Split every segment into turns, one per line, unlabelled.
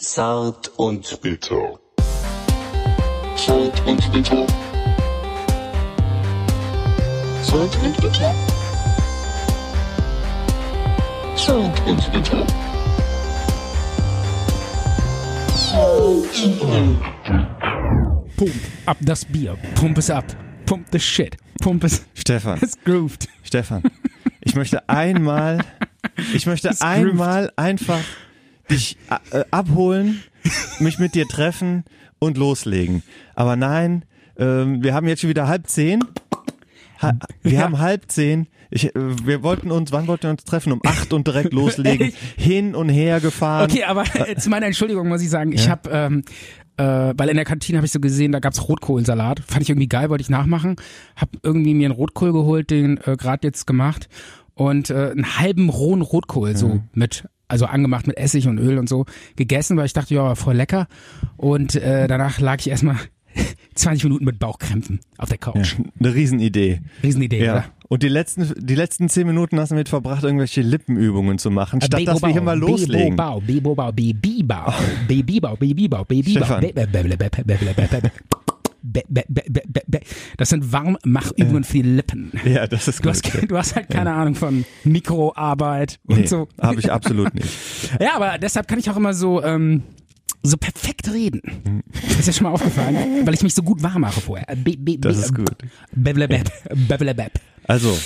Zart und bitter.
Zart und bitter. Zart und bitter. Zart und bitter.
Pump ab das Bier. Pump es ab. Pump the shit. Pump es.
Stefan,
Es grooved.
Stefan, ich möchte einmal, ich möchte
Es groovt.
einmal einfach dich äh, abholen, mich mit dir treffen und loslegen. Aber nein, ähm, wir haben jetzt schon wieder halb zehn. Ha wir
Ja.
haben halb zehn. Ich, äh, wir wollten uns, wann wollten wir uns treffen? Um acht und direkt loslegen. Hin und her gefahren.
Okay, aber äh, zu meiner Entschuldigung muss ich sagen, ich habe, ähm, äh, weil in der Kantine habe ich so gesehen, da gab's Rotkohlsalat. Fand ich irgendwie geil, wollte ich nachmachen. Hab irgendwie mir einen Rotkohl geholt, den äh, gerade jetzt gemacht. Und äh, einen halben rohen Rotkohl so mit, also angemacht mit Essig und Öl und so, gegessen, weil ich dachte, ja, war voll lecker. Und äh, danach lag ich erstmal 20 Minuten mit Bauchkrämpfen auf der Couch.
Eine Riesenidee.
Riesenidee,
Ja.
oder?
Und die letzten, die letzten zehn Minuten hast du damit verbracht, irgendwelche Lippenübungen zu machen, statt dass wir hier mal loslegen.
Äh, Bebobau, Bebobau, Bebibau, Bebibau, Bebibau, Bebibau.
Stefan.
Be- be- be- be- be- be- be- be- be- be- be- be- be- be- be- Das sind
Äh.
Warmmachübungen für die Lippen.
Ja, das ist
Du hast,
gut.
ke- du hast halt keine Ahnung von Mikroarbeit und
Nee,
so.
habe ich absolut nicht.
Ja, aber deshalb kann ich auch immer so, ähm, so perfekt
Hm.
reden. Ist dir schon mal aufgefallen, weil ich mich so gut warm mache vorher. Be- be-
Das
be-
ist gut.
be- be- be- be- be- be-
Also,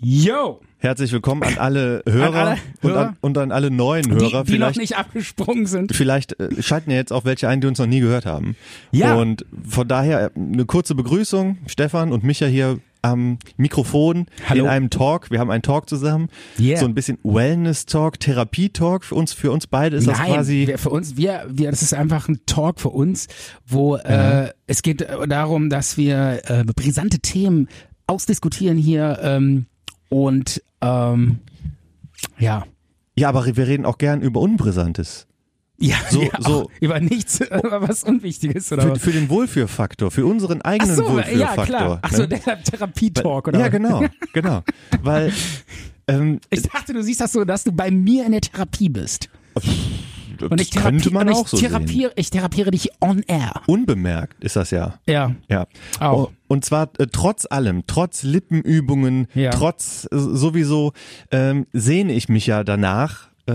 Yo!
herzlich willkommen an alle Hörer,
alle
und,
Hörer.
an, und an alle neuen
Die,
Hörer.
die noch
vielleicht
nicht abgesprungen sind.
vielleicht äh, schalten ja jetzt auch welche ein, die uns noch nie gehört haben.
Ja.
Und von daher äh, eine kurze Begrüßung, Stefan und Micha hier am Mikrofon
Hallo.
in einem Talk. Wir haben einen Talk zusammen.
Yeah.
So ein bisschen Wellness-Talk, Therapie-Talk für uns, für uns beide ist das
Nein,
quasi.
wir, für uns, wir, wir, das ist einfach ein Talk für uns,
Mhm.
wo äh, es geht äh, darum, dass wir äh, brisante Themen ausdiskutieren hier ähm, und ähm, ja.
Ja, aber wir reden auch gern über Unbrisantes.
Ja,
So-
ja
so.
Auch über nichts, über was Unwichtiges oder
Für,
was.
für den Wohlfühlfaktor, für unseren
Ach
eigenen
so, ja
Wohlfühlfaktor.
klar. Ach so,
ne?
deshalb Therapietalk oder
Ja,
was?
genau, genau. Weil ähm,
Ich dachte, du siehst das so, dass du bei mir in der Therapie bist. Und ich,
das könnte
therapi-
man
und
auch
ich,
so sehen.
therapiere, ich therapiere dich on air.
Unbemerkt ist das ja.
Ja.
Ja.
Auch.
Und zwar äh, trotz allem, trotz Lippenübungen,
Ja.
trotz äh, sowieso ähm, sehne ich mich ja danach, äh,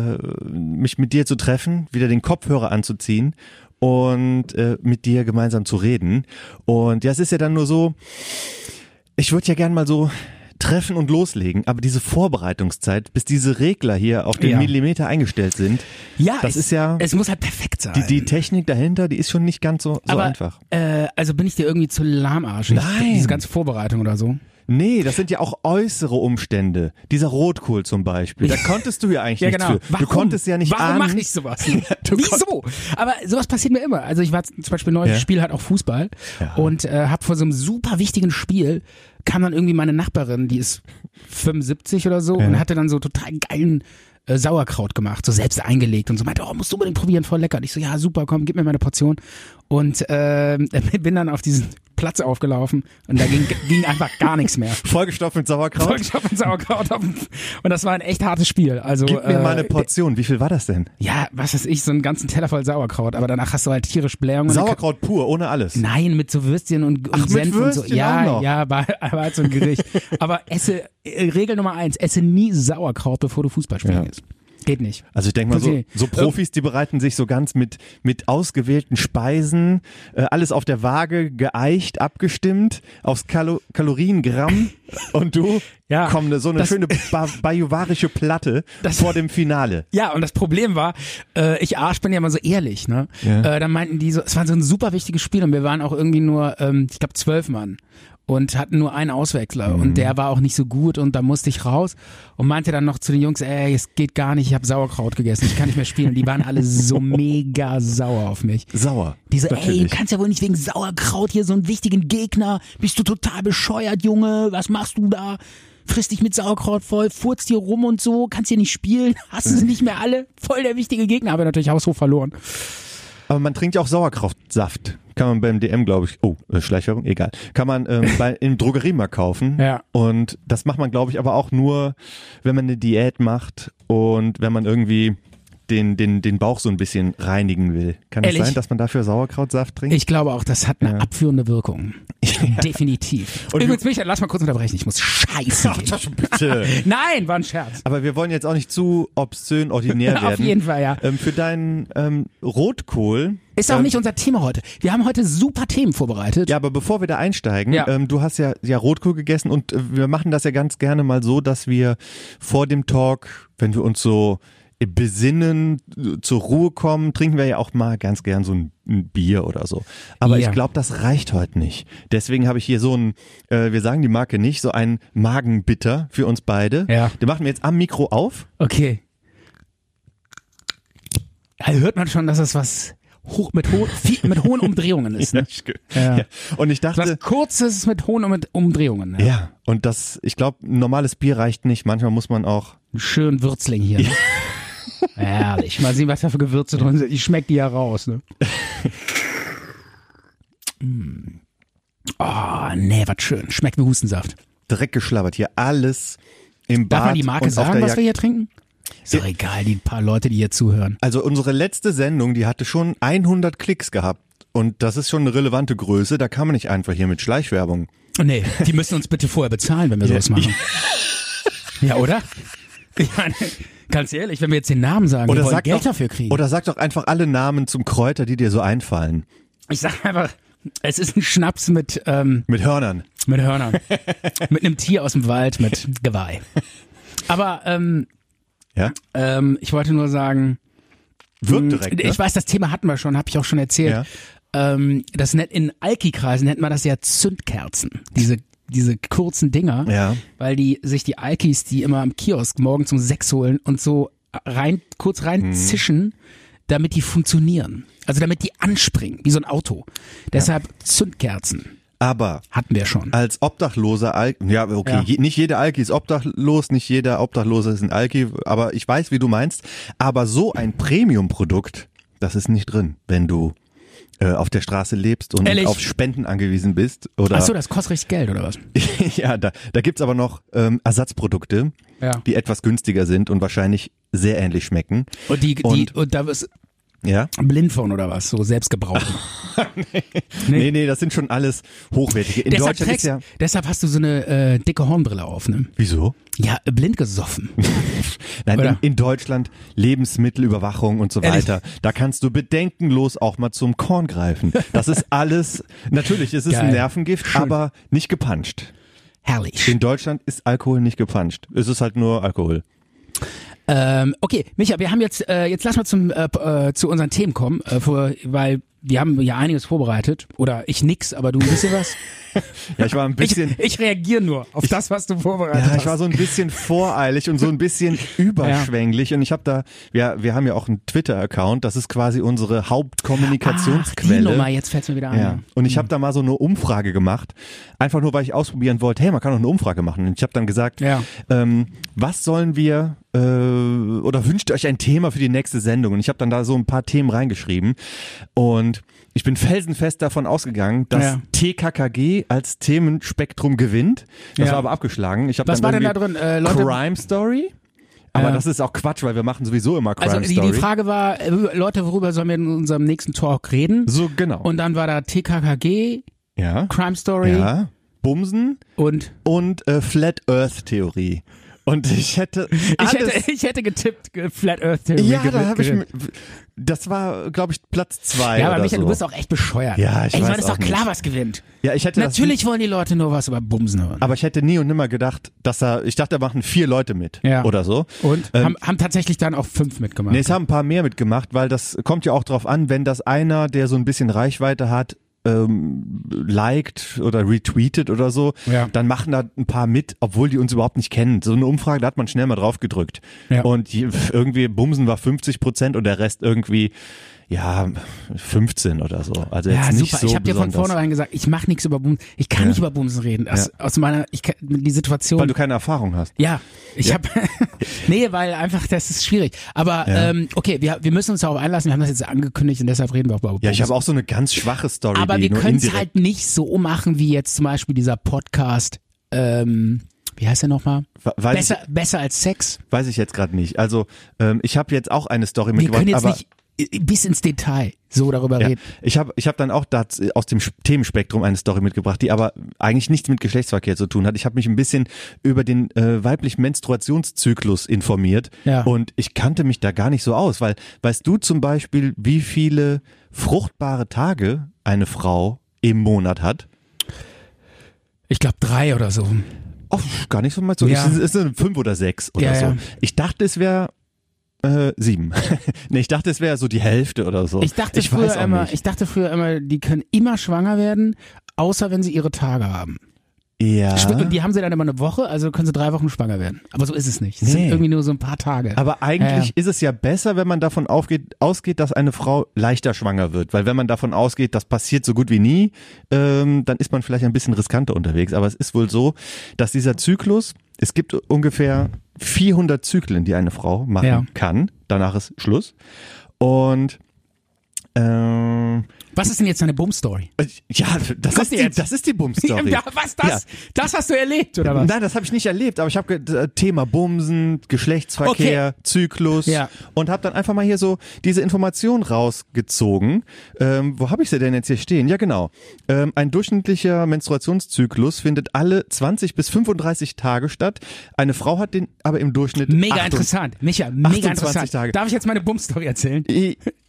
mich mit dir zu treffen, wieder den Kopfhörer anzuziehen und äh, mit dir gemeinsam zu reden. Und ja, es ist ja dann nur so, ich würde ja gern mal so treffen und loslegen, aber diese Vorbereitungszeit, bis diese Regler hier auf den
Ja.
Millimeter eingestellt sind,
Ja,
Das
es,
ist ja-
Es muss halt perfekt sein.
die, die Technik dahinter, die ist schon nicht ganz so, so
Aber,
einfach.
Äh, also bin ich dir irgendwie zu lahmarschig?
Nein.
Diese ganze Vorbereitung oder so.
Nee, das sind ja auch äußere Umstände. Dieser Rotkohl zum Beispiel. Da konntest du ja eigentlich nichts für.
genau. Warum?
Du konntest ja nicht
Warum
ahnen.
mache ich sowas? Wieso? Aber sowas passiert mir immer. Also ich war z- zum Beispiel neulich,
Ja.
ich spiele halt auch Fußball
Ja.
und äh, hab vor so einem super wichtigen Spiel kam dann irgendwie meine Nachbarin, die ist 75 oder so und hatte dann so total geilen äh, Sauerkraut gemacht, so selbst eingelegt und so meinte, oh, musst du unbedingt probieren, voll lecker. Und ich so, ja, super, komm, gib mir meine Portion. Und ähm, bin dann auf diesen Platz aufgelaufen und da ging, ging einfach gar nichts mehr.
Vollgestopft mit Sauerkraut.
Volksstoff und Sauerkraut auf dem, und das war ein echt hartes Spiel. Also
Gib mir
äh,
mal eine Portion. Wie viel war das denn?
ja, was weiß ich, so einen ganzen Teller voll Sauerkraut, aber danach hast du halt tierisch Blähungen.
Sauerkraut pur, ohne alles.
Nein, mit so Würstchen und, und
Ach, mit
Senf und so.
Würstchen
Ja,
auch noch.
ja, war, war halt so ein Gericht. aber esse, äh, Regel Nummer eins, esse nie Sauerkraut, bevor du Fußball spielen
Ja.
gehst. Geht nicht.
Also ich denke mal, so,
Okay.
so Profis, die bereiten sich so ganz mit, mit ausgewählten Speisen, äh, alles auf der Waage geeicht, abgestimmt, aufs Kalo Kaloriengramm und du
Ja,
komm, so eine
das-
schöne ba bajuwarische Platte
Das-
vor dem Finale.
Ja, und das Problem war, äh, ich Arsch bin ja immer so ehrlich, ne?
Ja.
Äh, dann meinten die so, es war so ein super wichtiges Spiel und wir waren auch irgendwie nur, ähm, ich glaube, zwölf Mann und hatten nur einen Auswechsler und der war auch nicht so gut und da musste ich raus und meinte dann noch zu den Jungs, ey, es geht gar nicht, ich habe Sauerkraut gegessen, ich kann nicht mehr spielen. Die waren alle so mega sauer auf mich.
Sauer.
Diese, ey, du
Natürlich.
kannst ja wohl nicht wegen Sauerkraut hier so einen wichtigen Gegner. Bist du total bescheuert, Junge? Was machst du da? Frisst dich mit Sauerkraut voll, furzt hier rum und so, kannst hier nicht spielen, hast es nicht mehr alle. Voll der wichtige Gegner, aber natürlich haushoch verloren.
Aber man trinkt ja auch Sauerkrautsaft. Kann man beim DM, glaube ich, oh, äh, Schleichwerbung, egal. Kann man ähm, bei, im Drogeriemarkt kaufen.
Ja.
Und das macht man, glaube ich, aber auch nur, wenn man eine Diät macht und wenn man irgendwie den, den, den Bauch so ein bisschen reinigen will. Kann es
Ehrlich?
das sein, dass man dafür Sauerkrautsaft trinkt?
Ich glaube auch, das hat eine abführende Wirkung. Definitiv.
Und
Übrigens, Michael, lass mal kurz unterbrechen. Ich muss scheißen. gehen.
Bitte.
Nein, war ein Scherz.
Aber wir wollen jetzt auch nicht zu obszön ordinär
Auf
werden.
jeden Fall, ja.
Ähm, für deinen ähm, Rotkohl.
Ist auch
ähm,
nicht unser Thema heute. Wir haben heute super Themen vorbereitet.
Ja, aber bevor wir da einsteigen,
Ja.
ähm, du hast ja, ja Rotkohl gegessen und äh, wir machen das ja ganz gerne mal so, dass wir vor dem Talk, wenn wir uns so äh, besinnen, äh, zur Ruhe kommen, trinken wir ja auch mal ganz gern so ein, ein Bier oder so. Aber
Ja.
ich glaube, das reicht heute nicht. Deswegen habe ich hier so ein, äh, wir sagen die Marke nicht, so ein Magenbitter für uns beide.
Ja.
Den machen wir jetzt am Mikro auf.
Okay. Da hört man schon, dass das was hoch mit, ho viel, mit hohen Umdrehungen ist. Ne? Ja.
Ja. Und ich dachte,
Was Kurzes mit hohen Um- Umdrehungen. Ne?
Ja, und das, ich glaube, ein normales Bier reicht nicht. Manchmal muss man auch.
Schön Würzling hier. Ne? Herrlich. Mal sehen, was da für Gewürze drin sind. Ich schmeck die ja raus. Ne? Mm. Oh, nee, was schön. Schmeckt wie Hustensaft.
Dreck geschlabbert hier. Alles im Bad.
Darf man die Marke
und auf
sagen,
der
was wir
Jagd.
hier trinken? Ist doch egal, die paar Leute, die hier zuhören.
Also unsere letzte Sendung, die hatte schon 100 Klicks gehabt. Und das ist schon eine relevante Größe. Da kann man nicht einfach hier mit Schleichwerbung.
Nee, die müssen uns bitte vorher bezahlen, wenn wir sowas machen. Ja, oder? Ich meine, ganz ehrlich, wenn wir jetzt den Namen sagen, wir wollen
sag
Geld
doch,
dafür kriegen.
Oder sag doch einfach alle Namen zum Kräuter, die dir so einfallen.
ich sag einfach, es ist ein Schnaps mit, ähm,
Mit Hörnern.
mit Hörnern. mit einem Tier aus dem Wald, mit Geweih. Aber ähm,
Ja.
ähm, ich wollte nur sagen,
Wirkt direkt. Ne?
Hm, ich weiß, das Thema hatten wir schon, habe ich auch schon erzählt.
Ja.
Ähm, das nennt in Alki-Kreisen nennt man das ja Zündkerzen. Diese diese kurzen Dinger,
Ja.
weil die sich die Alkis, die immer am Kiosk morgens um sechs holen und so rein kurz
Mhm.
rein zischen, damit die funktionieren. Also damit die anspringen, wie so ein Auto. Deshalb Zündkerzen
Aber
hatten wir schon.
als Obdachloser Alk ja okay
Ja.
Je, nicht jeder Alki ist obdachlos nicht jeder Obdachlose ist ein Alki aber ich weiß wie du meinst aber so ein Premium Produkt das ist nicht drin wenn du äh, auf der Straße lebst und
Ehrlich?
auf Spenden angewiesen bist oder
Ach so, das kostet richtig Geld oder was?
ja da da gibt's aber noch ähm, Ersatzprodukte
Ja.
die etwas günstiger sind und wahrscheinlich sehr ähnlich schmecken
Und die, die und,
Und-
da ist
ja
blind von oder was, so selbstgebraucht.
nee nee, das sind schon alles hochwertige in
deshalb,
Deutschland ist
trägst,
ja
deshalb hast du so eine äh, dicke Hornbrille auf, ne?
wieso
Ja, äh, blind gesoffen.
Nein, in,
Oder?
in Deutschland Lebensmittelüberwachung und so
Ehrlich?
weiter. Da kannst du bedenkenlos auch mal zum Korn greifen. Das ist alles, natürlich, es ist
Geil.
ein Nervengift,
Schön.
aber nicht gepanscht.
Herrlich.
In Deutschland ist Alkohol nicht gepanscht. Es ist halt nur Alkohol.
Ähm, okay, Micha, wir haben jetzt, äh, jetzt lass mal zum, äh, p- äh, zu unseren Themen kommen, äh, vor, weil wir haben ja einiges vorbereitet. Oder ich nix, aber du ein bisschen was.
Ja, ich war ein
Ich,
bisschen,
ich reagiere nur auf das, was du vorbereitet
ja,
hast.
ich war so ein bisschen voreilig und so ein bisschen überschwänglich und ich habe da, wir, wir haben ja auch einen Twitter-Account, das ist quasi unsere
Ach, Ah, die
Hauptkommunikationsquelle.
Nummer, jetzt fällt's mir wieder ein.
Ja. Und ich
Mhm.
habe da mal so eine Umfrage gemacht, einfach nur weil ich ausprobieren wollte, hey, man kann doch eine Umfrage machen. Und ich habe dann gesagt,
Ja.
ähm, was sollen wir äh, oder wünscht euch ein Thema für die nächste Sendung? Und ich habe dann da so ein paar Themen reingeschrieben und ich bin felsenfest davon ausgegangen, dass
Ja.
TKKG als Themenspektrum gewinnt. Das
Ja.
war aber abgeschlagen. Ich hab
Was
dann
war denn da
irgendwie
drin? Äh, Leute-
Crime Story? Aber
Ja.
das ist auch Quatsch, weil wir machen sowieso immer Crime
Also die,
Story.
die Frage war, äh, Leute, worüber sollen wir in unserem nächsten Talk reden?
so genau.
Und dann war da TKKG,
ja.
Crime Story
ja. Bumsen.
und
und äh, Flat Earth Theorie. Und ich hätte
ich
alles,
hätte, ich hätte getippt, äh, Flat Earth Theory.
ja,
gewi-
da habe ich
gewinnt.
mir, das war glaube ich Platz zwei
Ja, aber
oder
Michael,
so.
du bist auch echt bescheuert.
Ja, ich
Ey, ich meine,
weiß
ist doch
auch
klar,
nicht.
was gewinnt.
ja, ich hätte
Natürlich wollen die Leute nur was über Bumsen hören.
das, aber ich hätte nie und nimmer gedacht, dass da ich dachte, da machen vier Leute mit
Ja.
oder so.
Und
Ähm,
haben, haben tatsächlich dann auch fünf mitgemacht.
Nee, es haben ein paar mehr mitgemacht, weil das kommt ja auch drauf an, wenn das einer, der so ein bisschen Reichweite hat, ähm, liked oder retweetet oder so,
Ja.
dann machen da ein paar mit, obwohl die uns überhaupt nicht kennen. So eine Umfrage, da hat man schnell mal drauf gedrückt.
Ja.
Und je- irgendwie Bumsen war 50 Prozent und der Rest irgendwie, ja, 15 oder so. Also jetzt
ja,
nicht
super.
so
ich habe dir von
besonders.
vornherein gesagt, ich mache nichts über Bumsen. Ich kann nicht über Bumsen reden. Aus, aus meiner, ich kann, die Situation.
weil du keine Erfahrung hast.
ja, ich
Ja.
habe nee, weil einfach das ist schwierig. Aber
Ja.
ähm, okay, wir, wir müssen uns darauf einlassen. Wir haben das jetzt angekündigt und deshalb reden wir auch über Bumsen.
Ja, ich habe auch so eine ganz schwache Story,
Aber
die
wir
nur
können es
indirekt.
halt nicht so machen wie jetzt zum Beispiel dieser Podcast. Ähm, wie heißt der nochmal?
We- Weiß,
Besser, besser als Sex.
Ich, weiß ich jetzt gerade nicht. Also ähm, ich habe jetzt auch eine Story
Wir
mitgebracht,
können jetzt
aber
nicht äh, bis ins Detail so darüber
ja,
reden.
ich habe ich hab dann auch daz- aus dem Sch- Themenspektrum eine Story mitgebracht, die aber eigentlich nichts mit Geschlechtsverkehr zu tun hat. Ich habe mich ein bisschen über den äh, weiblichen Menstruationszyklus informiert
Ja.
und ich kannte mich da gar nicht so aus, weil weißt du zum Beispiel, wie viele fruchtbare Tage eine Frau im Monat hat?
Ich glaube drei oder so.
Oh, gar nicht so mal so.
Ja.
Es ist- es sind fünf oder sechs oder
Ja,
so.
ja.
Ich dachte, es wäre äh, sieben. nee, ich dachte, es wäre so die Hälfte oder so.
Ich dachte
ich
früher
weiß auch
immer,
nicht.
ich dachte früher immer, die können immer schwanger werden, außer wenn sie ihre Tage haben.
ja.
Und die haben sie dann immer eine Woche, also können sie drei Wochen schwanger werden. Aber so ist es nicht. Es sind
Nee.
irgendwie nur so ein paar Tage.
Aber eigentlich
Ja,
ist es ja besser, wenn man davon aufgeht, ausgeht, dass eine Frau leichter schwanger wird. Weil wenn man davon ausgeht, das passiert so gut wie nie, ähm, dann ist man vielleicht ein bisschen riskanter unterwegs. Aber es ist wohl so, dass dieser Zyklus, es gibt ungefähr 400 Zyklen, die eine Frau machen
Ja.
kann. Danach ist Schluss. Und ähm,
Was ist denn jetzt deine Boom-Story?
ja, das
Kommt
ist, die,
jetzt.
das ist die Bumstory.
Was das?
Ja.
Das hast du erlebt, oder was?
Nein, das habe ich nicht erlebt, aber ich habe Thema Bumsen, Geschlechtsverkehr, Zyklus
Ja.
und habe dann einfach mal hier so diese Information rausgezogen. Ähm, wo habe ich sie denn jetzt hier stehen? Ja, genau. Ähm, ein durchschnittlicher Menstruationszyklus findet alle 20 bis 35 Tage statt. Eine Frau hat den aber im Durchschnitt
Mega
28
interessant. Micha, mega
28
interessant.
Tage.
Darf ich jetzt meine Boom-Story erzählen?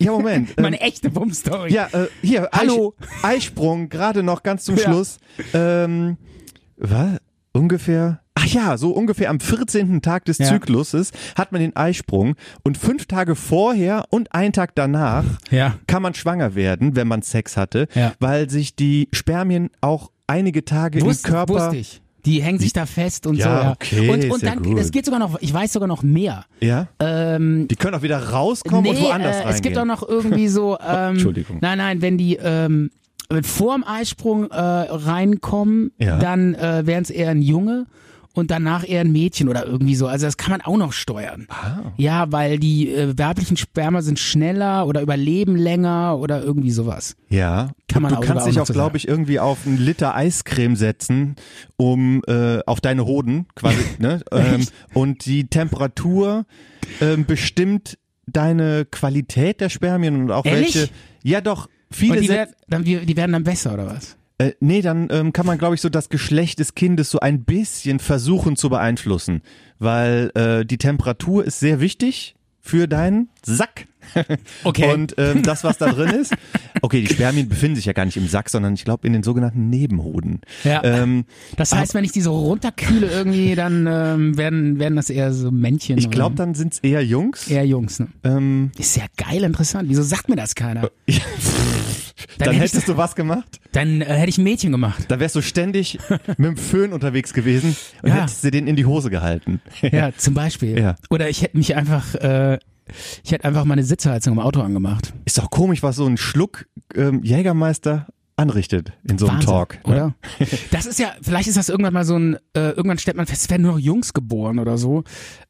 Ja, Moment. Ähm,
Meine echte Boom-Story.
Ja, äh, hier,
Hallo.
Eich, Eisprung, gerade noch ganz zum
Ja.
Schluss. Ähm, was? Ungefähr? Ach ja, so ungefähr am 14. Tag des
Ja.
Zykluses hat man den Eisprung und fünf Tage vorher und einen Tag danach
Ja.
kann man schwanger werden, wenn man Sex hatte,
Ja.
weil sich die Spermien auch einige Tage
Wusst-
im Körper...
Wusste ich. Die hängen sich da fest und
Ja,
so. Ja,
okay,
Und,
ist
und
ja
dann,
gut.
es geht sogar noch, ich weiß sogar noch mehr.
Ja?
Ähm,
Die können auch wieder rauskommen und
nee,
woanders
äh,
reingehen.
es gibt auch noch irgendwie so, ähm,
Entschuldigung.
nein, nein, wenn die ähm, vor dem Eisprung äh, reinkommen,
Ja.
dann äh, wären es eher ein Junge und danach eher ein Mädchen oder irgendwie so. Also das kann man auch noch steuern.
Ah.
Ja, weil die äh, weiblichen Sperma sind schneller oder überleben länger oder irgendwie sowas.
Ja,
Kann man
du
auch
kannst
sogar
dich
auch
auch,
noch so
glaube ich, irgendwie auf einen Liter Eiscreme setzen, um äh, auf deine Hoden quasi, ne? Ähm, und die Temperatur ähm, bestimmt deine Qualität der Spermien und auch
Ehrlich?
welche. Ja, doch.
Und
Viele
die,
Set,
werd, dann, die die werden dann besser oder was?
äh, nee, dann ähm, kann man, glaube ich, so das Geschlecht des Kindes so ein bisschen versuchen zu beeinflussen, weil äh, die Temperatur ist sehr wichtig für deinen Sack.
Okay.
Und ähm, das, was da drin ist, okay, die Spermien befinden sich ja gar nicht im Sack, sondern ich glaube in den sogenannten Nebenhoden.
Ja.
Ähm,
Das heißt, wenn ich die so runterkühle irgendwie, dann ähm, werden, werden das eher so Männchen.
ich glaube,
oder
dann sind's eher Jungs.
eher Jungs. Ne?
Ähm,
Ist ja geil interessant. Wieso sagt mir das keiner?
ja. Dann,
hätte ich-
hättest du was gemacht.
Dann äh, hätte ich ein Mädchen gemacht.
Da wärst du ständig mit dem Föhn unterwegs gewesen und
Ja.
hättest dir den in die Hose gehalten.
Ja, Äh, zum Beispiel.
Ja.
Oder ich hätte mich einfach, äh, ich hätte einfach meine Sitzheizung im Auto angemacht.
Ist doch komisch, was so ein Schluck ähm, Jägermeister anrichtet in so einem
Wahnsinn,
Talk. ne?
oder? Das ist ja, vielleicht ist das irgendwann mal so ein, äh, irgendwann stellt man fest, es werden nur noch Jungs geboren oder so.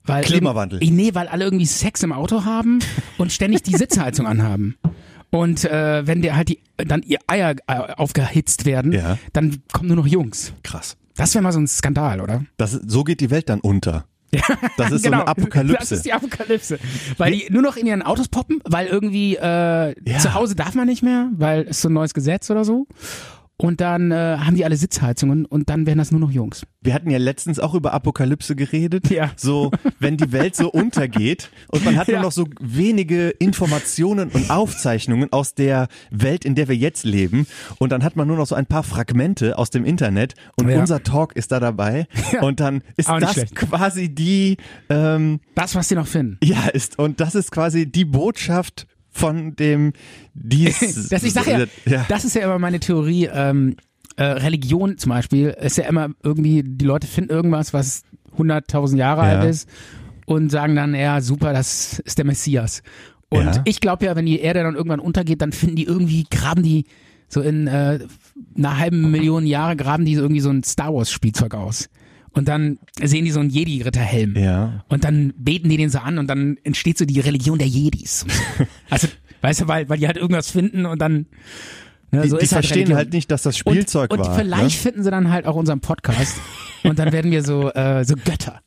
Weil
Klimawandel.
Eben, nee, weil alle irgendwie Sex im Auto haben und ständig die Sitzheizung anhaben. Und äh, wenn der halt die, dann ihr Eier äh, aufgehitzt werden,
Ja.
dann kommen nur noch Jungs.
Krass.
Das wäre mal so ein Skandal, oder?
Das, so geht die Welt dann unter. Das ist so eine Apokalypse.
genau. Das ist die Apokalypse. Weil die nur noch in ihren Autos poppen, weil irgendwie äh, zu Hause darf man nicht mehr, weil es so ein neues Gesetz oder so. Und dann äh, haben die alle Sitzheizungen und dann werden das nur noch Jungs.
Wir hatten ja letztens auch über Apokalypse geredet.
Ja.
So, wenn die Welt so untergeht und man hat
Ja.
nur noch so wenige Informationen und Aufzeichnungen aus der Welt, in der wir jetzt leben. Und dann hat man nur noch so ein paar Fragmente aus dem Internet und
Ja.
unser Talk ist da dabei. Und dann ist
Auch nicht
das
schlecht.
quasi die, ähm,
Das, was sie noch finden.
ja, ist, und das ist quasi die Botschaft von dem, dies, äh,
Das, ich sage ja,
ja.
das ist ja immer meine Theorie. Ähm, äh, Religion zum Beispiel ist ja immer irgendwie, die Leute finden irgendwas, was 100.000 Jahre
Ja.
alt ist und sagen dann, ja, super, das ist der Messias. Und
Ja.
ich glaube ja, wenn die Erde dann irgendwann untergeht, dann finden die irgendwie, graben die so in äh, einer halben Million Jahre, graben die so irgendwie so ein Star Wars Spielzeug aus. Und dann sehen die so einen Jedi-Ritterhelm.
Ja.
Und dann beten die den so an und dann entsteht so die Religion der Jedis. Also, weißt du, weil, weil die halt irgendwas finden und dann. Ne,
Die,
so
die
ist halt
verstehen
Religion.
halt nicht, dass das Spielzeug
und,
war.
Und vielleicht
ne?
finden sie dann halt auch unseren Podcast Und dann werden wir so, äh, so Götter.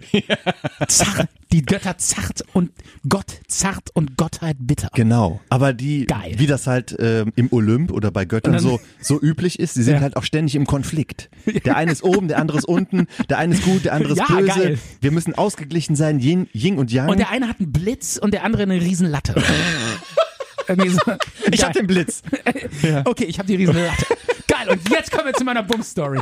Zart, die Götter zart und Gott zart und Gottheit bitter.
Genau, aber die,
Geil.
wie das halt ähm, im Olymp oder bei Göttern
Und dann-
so, so üblich ist, die sind
Ja.
halt auch ständig im Konflikt. Der eine ist oben, der andere ist unten, der eine ist gut, der andere ist
Ja,
böse.
geil.
Wir müssen ausgeglichen sein, Yin, Yin und Yang.
Und der eine hat einen Blitz und der andere eine Riesenlatte. Irgendwie so.
ich
Geil.
hab den Blitz.
Okay, ich habe die Riesenlatte. Geil, und jetzt kommen wir zu meiner Bum-Story.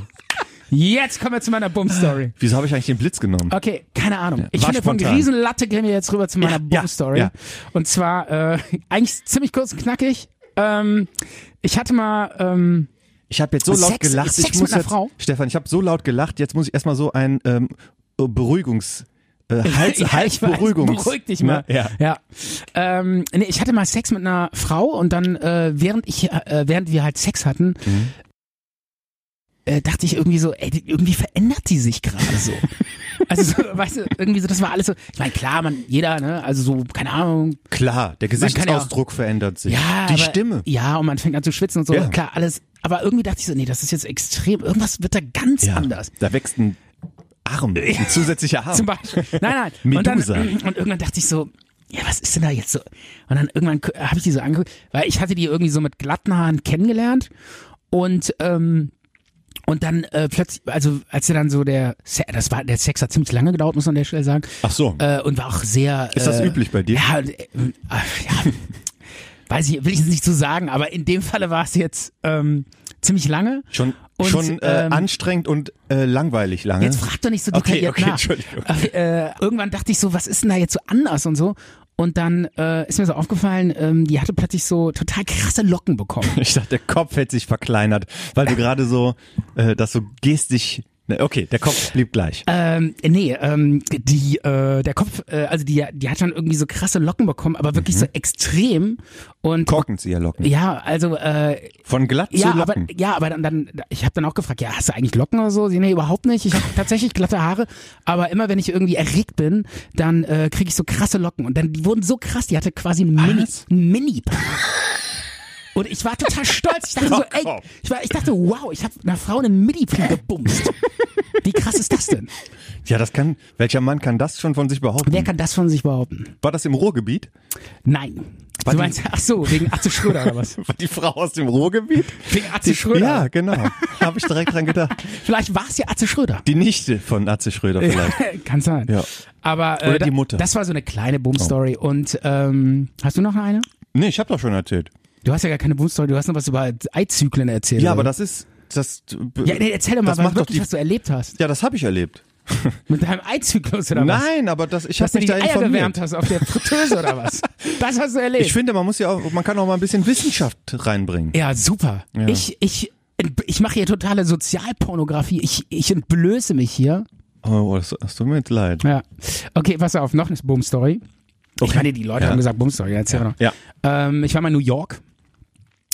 Jetzt kommen wir zu meiner Bum-Story.
Wieso habe ich eigentlich den Blitz genommen?
Okay, keine Ahnung. Ich
war
finde, von
spontan.
Riesenlatte gehen wir jetzt rüber zu meiner
Ja, ja,
Bum-Story.
ja.
Und zwar äh, eigentlich ziemlich kurz und knackig. Ähm, ich hatte mal... Ähm,
Ich habe jetzt so laut
Sex-
gelacht,
Sex
ich
mit
muss
einer
jetzt,
Frau?
Stefan, ich habe so laut gelacht, jetzt muss ich erstmal so ein ähm, Beruhigungs... Äh, Hals,
Ja, ich weiß.
Halsberuhigungs.
Beruhig dich mal.
Ne? Ja.
Ja. Ähm, nee, ich hatte mal Sex mit einer Frau und dann, äh, während ich, äh, während wir halt Sex hatten,
Mhm.
äh, dachte ich irgendwie so, ey, die- irgendwie verändert die sich gerade so. Also, so, weißt du, irgendwie so, das war alles so. Ich meine, klar, man, jeder, ne, also so, keine Ahnung,
Klar, der Gesichtsausdruck verändert sich.
ja,
Die
aber,
Stimme.
Ja, und man fängt an zu schwitzen und so.
Ja.
Klar, alles. Aber irgendwie dachte ich so, nee, das ist jetzt extrem. Irgendwas wird da ganz anders.
Da wächst ein Arm, ein zusätzlicher Arm.
Zum Beispiel. Nein, nein. Und, dann,
Medusa.
und irgendwann dachte ich so, ja, was ist denn da jetzt so? Und dann irgendwann habe ich die so angeguckt, weil ich hatte die irgendwie so mit glatten Haaren kennengelernt und ähm, und dann äh, plötzlich, also als er dann so der, Se- das war der Sex hat ziemlich lange gedauert, muss man an der Stelle sagen.
Ach so.
Äh, und war auch sehr.
Ist das
äh,
üblich bei dir?
Ja, und, äh, ach, ja. Weiß ich, will ich jetzt nicht so sagen, aber in dem Falle war es jetzt ähm, ziemlich lange.
Schon,
Und,
schon äh,
ähm,
anstrengend und äh, langweilig lange.
Jetzt frag doch nicht so
Okay,
detailliert
okay,
nach.
Entschuldigung.
Äh, äh, irgendwann dachte ich so, was ist denn da jetzt so anders und so. Und dann äh, ist mir so aufgefallen, ähm, die hatte plötzlich so total krasse Locken bekommen.
ich dachte, der Kopf hätte sich verkleinert, weil du gerade so, äh, das so gestisch. Ne, Okay, der Kopf blieb gleich.
Ähm, nee, ähm, die, äh, der Kopf, äh, also die, die hat dann irgendwie so krasse Locken bekommen, aber
Mhm.
wirklich so extrem. Und
Korkenzieherlocken.
ja, also äh,
Von glatt
ja,
zu
aber
Locken.
ja, aber dann, dann ich habe dann auch gefragt, ja, hast du eigentlich Locken oder so? Sie, nee, überhaupt nicht. Ich habe tatsächlich glatte Haare, aber immer wenn ich irgendwie erregt bin, dann äh, kriege ich so krasse Locken und dann die wurden so krass, die hatte quasi einen Mini einen Mini. Und ich war total stolz. Ich dachte so, ey, ich, war, ich dachte, wow, ich habe einer Frau einen mini gebumst. Wie krass ist das denn?
Ja, das kann, welcher Mann kann das schon von sich behaupten?
Wer kann das von sich behaupten?
War das im Ruhrgebiet?
Nein. Du meinst, ach so, wegen Atze Schröder oder was?
War die Frau aus dem Ruhrgebiet?
Wegen Atze Schröder.
Ja, genau. Habe ich direkt dran gedacht.
Vielleicht war es ja Atze Schröder.
Die Nichte von Atze Schröder vielleicht.
Kann sein.
Ja.
Aber äh,
Oder die
da-
Mutter. Oh.
das war so eine kleine Boom-Story. Und ähm, hast du noch eine?
Nee, ich habe doch schon erzählt.
Du hast ja gar keine Boom-Story, du hast noch was über Eizyklen erzählt.
Ja, aber
oder?
das ist, das,
Ja, nee, erzähl doch mal,
das
was,
macht doch
wirklich,
die,
was du erlebt hast.
ja, das habe ich erlebt.
Mit deinem Eizyklus oder was?
Nein, aber das, ich
Dass
habe
du
mich
die
da
Eier
informiert.
gewärmt hast auf der Fritteuse oder was? Das hast du erlebt.
Ich finde, man muss ja auch, man kann auch mal ein bisschen Wissenschaft reinbringen.
ja, super. Ich, ich, ich mache hier totale Sozialpornografie. Ich, ich entblöße mich hier.
Oh, das, das tut mir jetzt leid.
Ja. Okay, pass auf, noch eine Boom-Story. Ich
Okay.
meine, die Leute
Ja.
haben gesagt, Boom-Story, erzähl
Ja.
noch. Ähm, ich war mal in New York,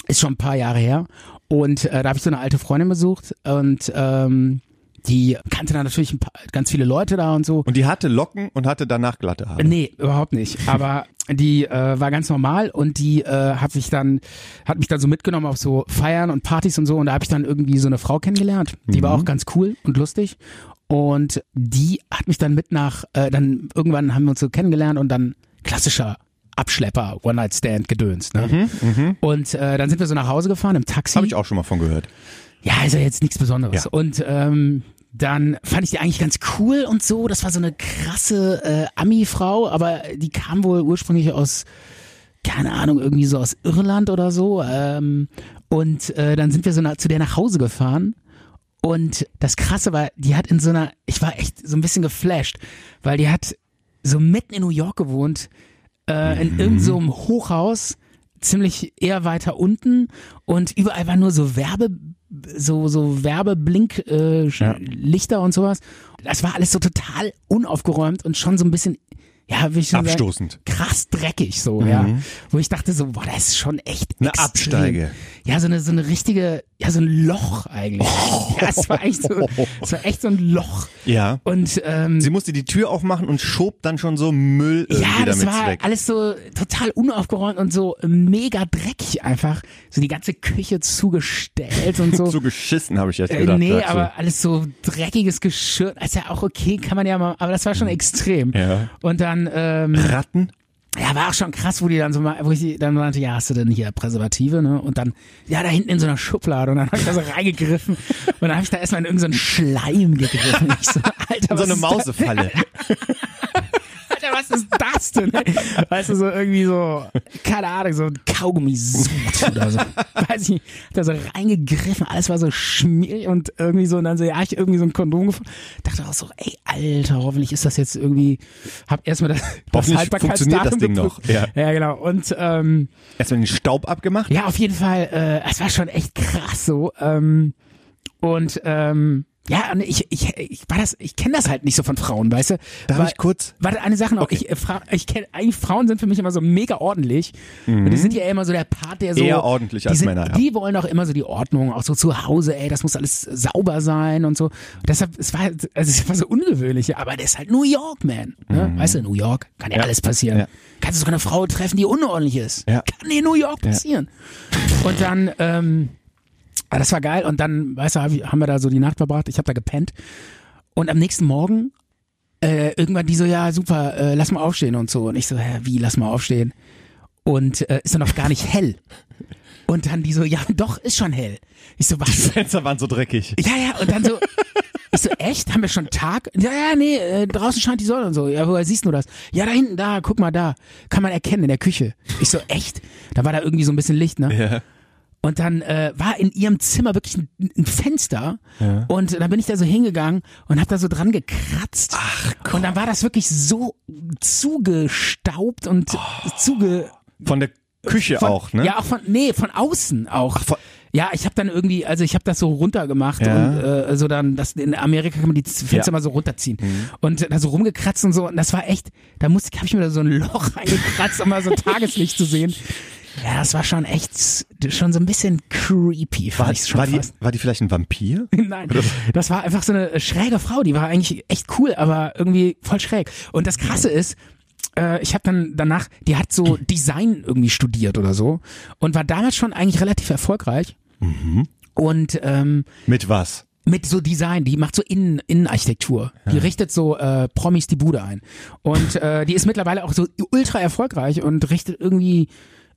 ist schon ein paar Jahre her. Und äh, da habe ich so eine alte Freundin besucht und ähm, die kannte dann natürlich ein paar, ganz viele Leute da und so.
Und die hatte Locken und hatte danach glatte Haare.
Nee, überhaupt nicht. Aber die äh, war ganz normal und die äh, hat sich dann, hat mich dann so mitgenommen auf so Feiern und Partys und so. Und da habe ich dann irgendwie so eine Frau kennengelernt. Die
Mhm.
war auch ganz cool und lustig. Und die hat mich dann mit nach, äh, dann irgendwann haben wir uns so kennengelernt und dann klassischer Abschlepper, One-Night-Stand, gedöns. Ne? und äh, dann sind wir so nach Hause gefahren im Taxi.
Habe Mhm, ich auch schon mal von gehört.
Ja, ist ja jetzt nichts Besonderes.
Ja.
Und ähm, dann fand ich die eigentlich ganz cool und so. Das war so eine krasse äh, Ami-Frau, aber die kam wohl ursprünglich aus, keine Ahnung, irgendwie so aus Irland oder so. Ähm, und äh, dann sind wir so na, zu der nach Hause gefahren. Und das Krasse war, die hat in so einer, ich war echt so ein bisschen geflasht, weil die hat so mitten in New York gewohnt, äh, in irgendeinem so einem Hochhaus, ziemlich eher weiter unten und überall waren nur so Werbe, so, so Werbeblink, äh, Sch- Lichter und sowas. Das war alles so total unaufgeräumt und schon so ein bisschen, ja, wie ich schon sagen,
Abstoßend.
krass dreckig so, ja. Wo ich dachte so, boah, das ist schon echt
Mhm. Eine
extrem.
Absteige.
ja, so eine, so eine richtige, ja, so ein Loch eigentlich.
Oh.
Ja, es war echt so, es war echt so ein Loch.
Ja.
Und, ähm,
Sie musste die Tür aufmachen und schob dann schon so Müll irgendwie
ja, das
damit
war
weg.
alles so total unaufgeräumt und so mega dreckig einfach. So die ganze Küche zugestellt und so.
So geschissen habe ich jetzt
Äh,
gedacht.
nee,
dazu.
aber alles so dreckiges Geschirr. Ist ja auch okay, kann man ja mal, aber das war schon extrem.
Ja.
Und dann, ähm,
Ratten?
ja, war auch schon krass, wo die dann so mal, wo ich die dann meinte, ja, hast du denn hier Präservative, ne? Und dann, ja, da hinten in so einer Schublade. Und dann habe ich da so reingegriffen. Und dann habe ich da erstmal in irgendeinen Schleim gegriffen. Ich so, Alter, was
So eine
ist da-
Mausefalle.
Alter, was ist das denn? Weißt du, so irgendwie so, keine Ahnung, so Kaugummi-Sud oder so. Weiß ich nicht. Hat da so reingegriffen, alles war so schmierig und irgendwie so, und dann so, ja, ich irgendwie so ein Kondom gefunden. Dachte auch so, ey, Alter, hoffentlich ist das jetzt irgendwie, hab erstmal das, das
Hoffentlich
Haltbarkeitsdatum
funktioniert das Ding
geprüft.
noch, ja.
ja, genau. Und, ähm,
Erstmal den Staub abgemacht?
ja, auf jeden Fall, äh, es war schon echt krass so. Ähm, und ähm, ja, und ich, ich, ich war das, ich kenne das halt nicht so von Frauen, weißt du?
Darf
Weil-
ich kurz?
Warte, eine Sache noch. Ich, äh, fra- ich kenne eigentlich Frauen sind für mich immer so mega ordentlich. Und die sind ja immer so der Part, der so
Mhm. Eher ordentlich
die
als
sind,
Männer, ja.
Die wollen auch immer so die Ordnung, auch so zu Hause. Ey, das muss alles sauber sein und so. Und deshalb es war halt- also es war so ungewöhnlich, aber das ist halt New York, man. Ne? Weißt du, New York kann ja,
Mhm. Ja.
alles passieren.
Ja.
Kannst du sogar eine Frau treffen, die unordentlich ist.
Ja.
Kann in New York passieren. Und dann ähm, ah, das war geil. Und dann, weißt du, hab ich- haben wir da so die Nacht verbracht. Ich habe da gepennt. Und am nächsten Morgen äh, irgendwann die so, ja, super, äh, lass mal aufstehen und so. Und ich so, hä, wie, lass mal aufstehen? Und äh, ist dann noch gar nicht hell. Und dann die so, ja, doch, ist schon hell. Ich so, was?
Fenster waren so dreckig.
Ja, ja, und dann so, ich so, echt? Haben wir schon Tag? Ja, ja, nee, äh, draußen scheint die Sonne und so. Ja, woher siehst du das? Ja, da hinten, da, guck mal da. Kann man erkennen in der Küche. Ich so, echt? Da war da irgendwie so ein bisschen Licht, ne?
Ja.
Und dann äh, war in ihrem Zimmer wirklich ein, ein Fenster. Und dann bin ich da so hingegangen und habe da so dran gekratzt. Ach Gott. Und dann war das wirklich so zugestaubt und zuge
Von der Küche
von,
auch, ne?
Ja, auch von nee, von außen auch.
von-
ja, ich habe dann irgendwie, also ich habe das so runtergemacht
Ja.
und äh, so dann, das in Amerika kann man die Fenster
Ja. Mhm.
mal so runterziehen und da so rumgekratzt und so und das war echt, da musste habe ich mir da so ein Loch reingekratzt, um mal so Tageslicht zu sehen. Ja, das war schon echt, schon so ein bisschen creepy, fand
War,
ich schon
war, die,
fast.
war die vielleicht ein Vampir?
Nein, das war einfach so eine äh, schräge Frau, die war eigentlich echt cool, aber irgendwie voll schräg. Und das Krasse ist, äh, ich habe dann danach, die hat so Design irgendwie studiert oder so und war damals schon eigentlich relativ erfolgreich. Und ähm,
Mit was?
mit so Design, die macht so Innen Innenarchitektur. Die richtet so äh, Promis die Bude ein. Und äh, die ist mittlerweile auch so ultra erfolgreich und richtet irgendwie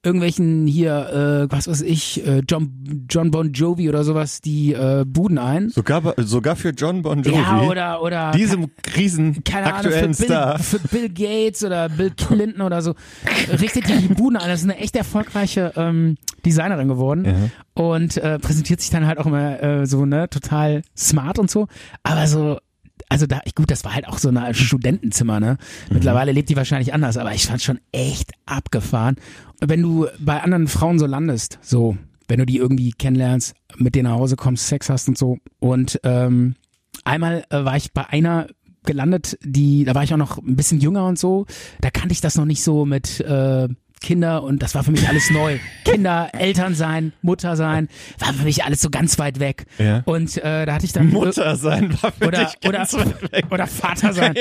irgendwelchen hier, äh, was weiß ich, äh, John, John Bon Jovi oder sowas, die äh, Buden ein.
Sogar, bei- sogar für John Bon Jovi.
Ja, oder, oder
diesem riesen
keine
aktuellen
Ahnung, für Bill,
Star.
für Bill Gates oder Bill Clinton oder so. Richtet die die Buden an. Das ist eine echt erfolgreiche ähm, Designerin geworden und äh, präsentiert sich dann halt auch immer äh, so, ne, total smart und so. Aber so, also da, gut, das war halt auch so ein Studentenzimmer, ne?
Mhm.
Mittlerweile lebt die wahrscheinlich anders, aber ich fand schon echt abgefahren. Wenn du bei anderen Frauen so landest, so, wenn du die irgendwie kennenlernst, mit denen nach Hause kommst, Sex hast und so. Und ähm, einmal äh, war ich bei einer gelandet, die, da war ich auch noch ein bisschen jünger und so, da kannte ich das noch nicht so mit äh, Kinder und das war für mich alles neu. Kinder, Eltern sein, Mutter sein, war für mich alles so ganz weit weg.
Ja.
Und äh, da hatte ich dann
Mutter sein war für
oder,
dich
oder,
ganz weit weg.
oder Vater sein,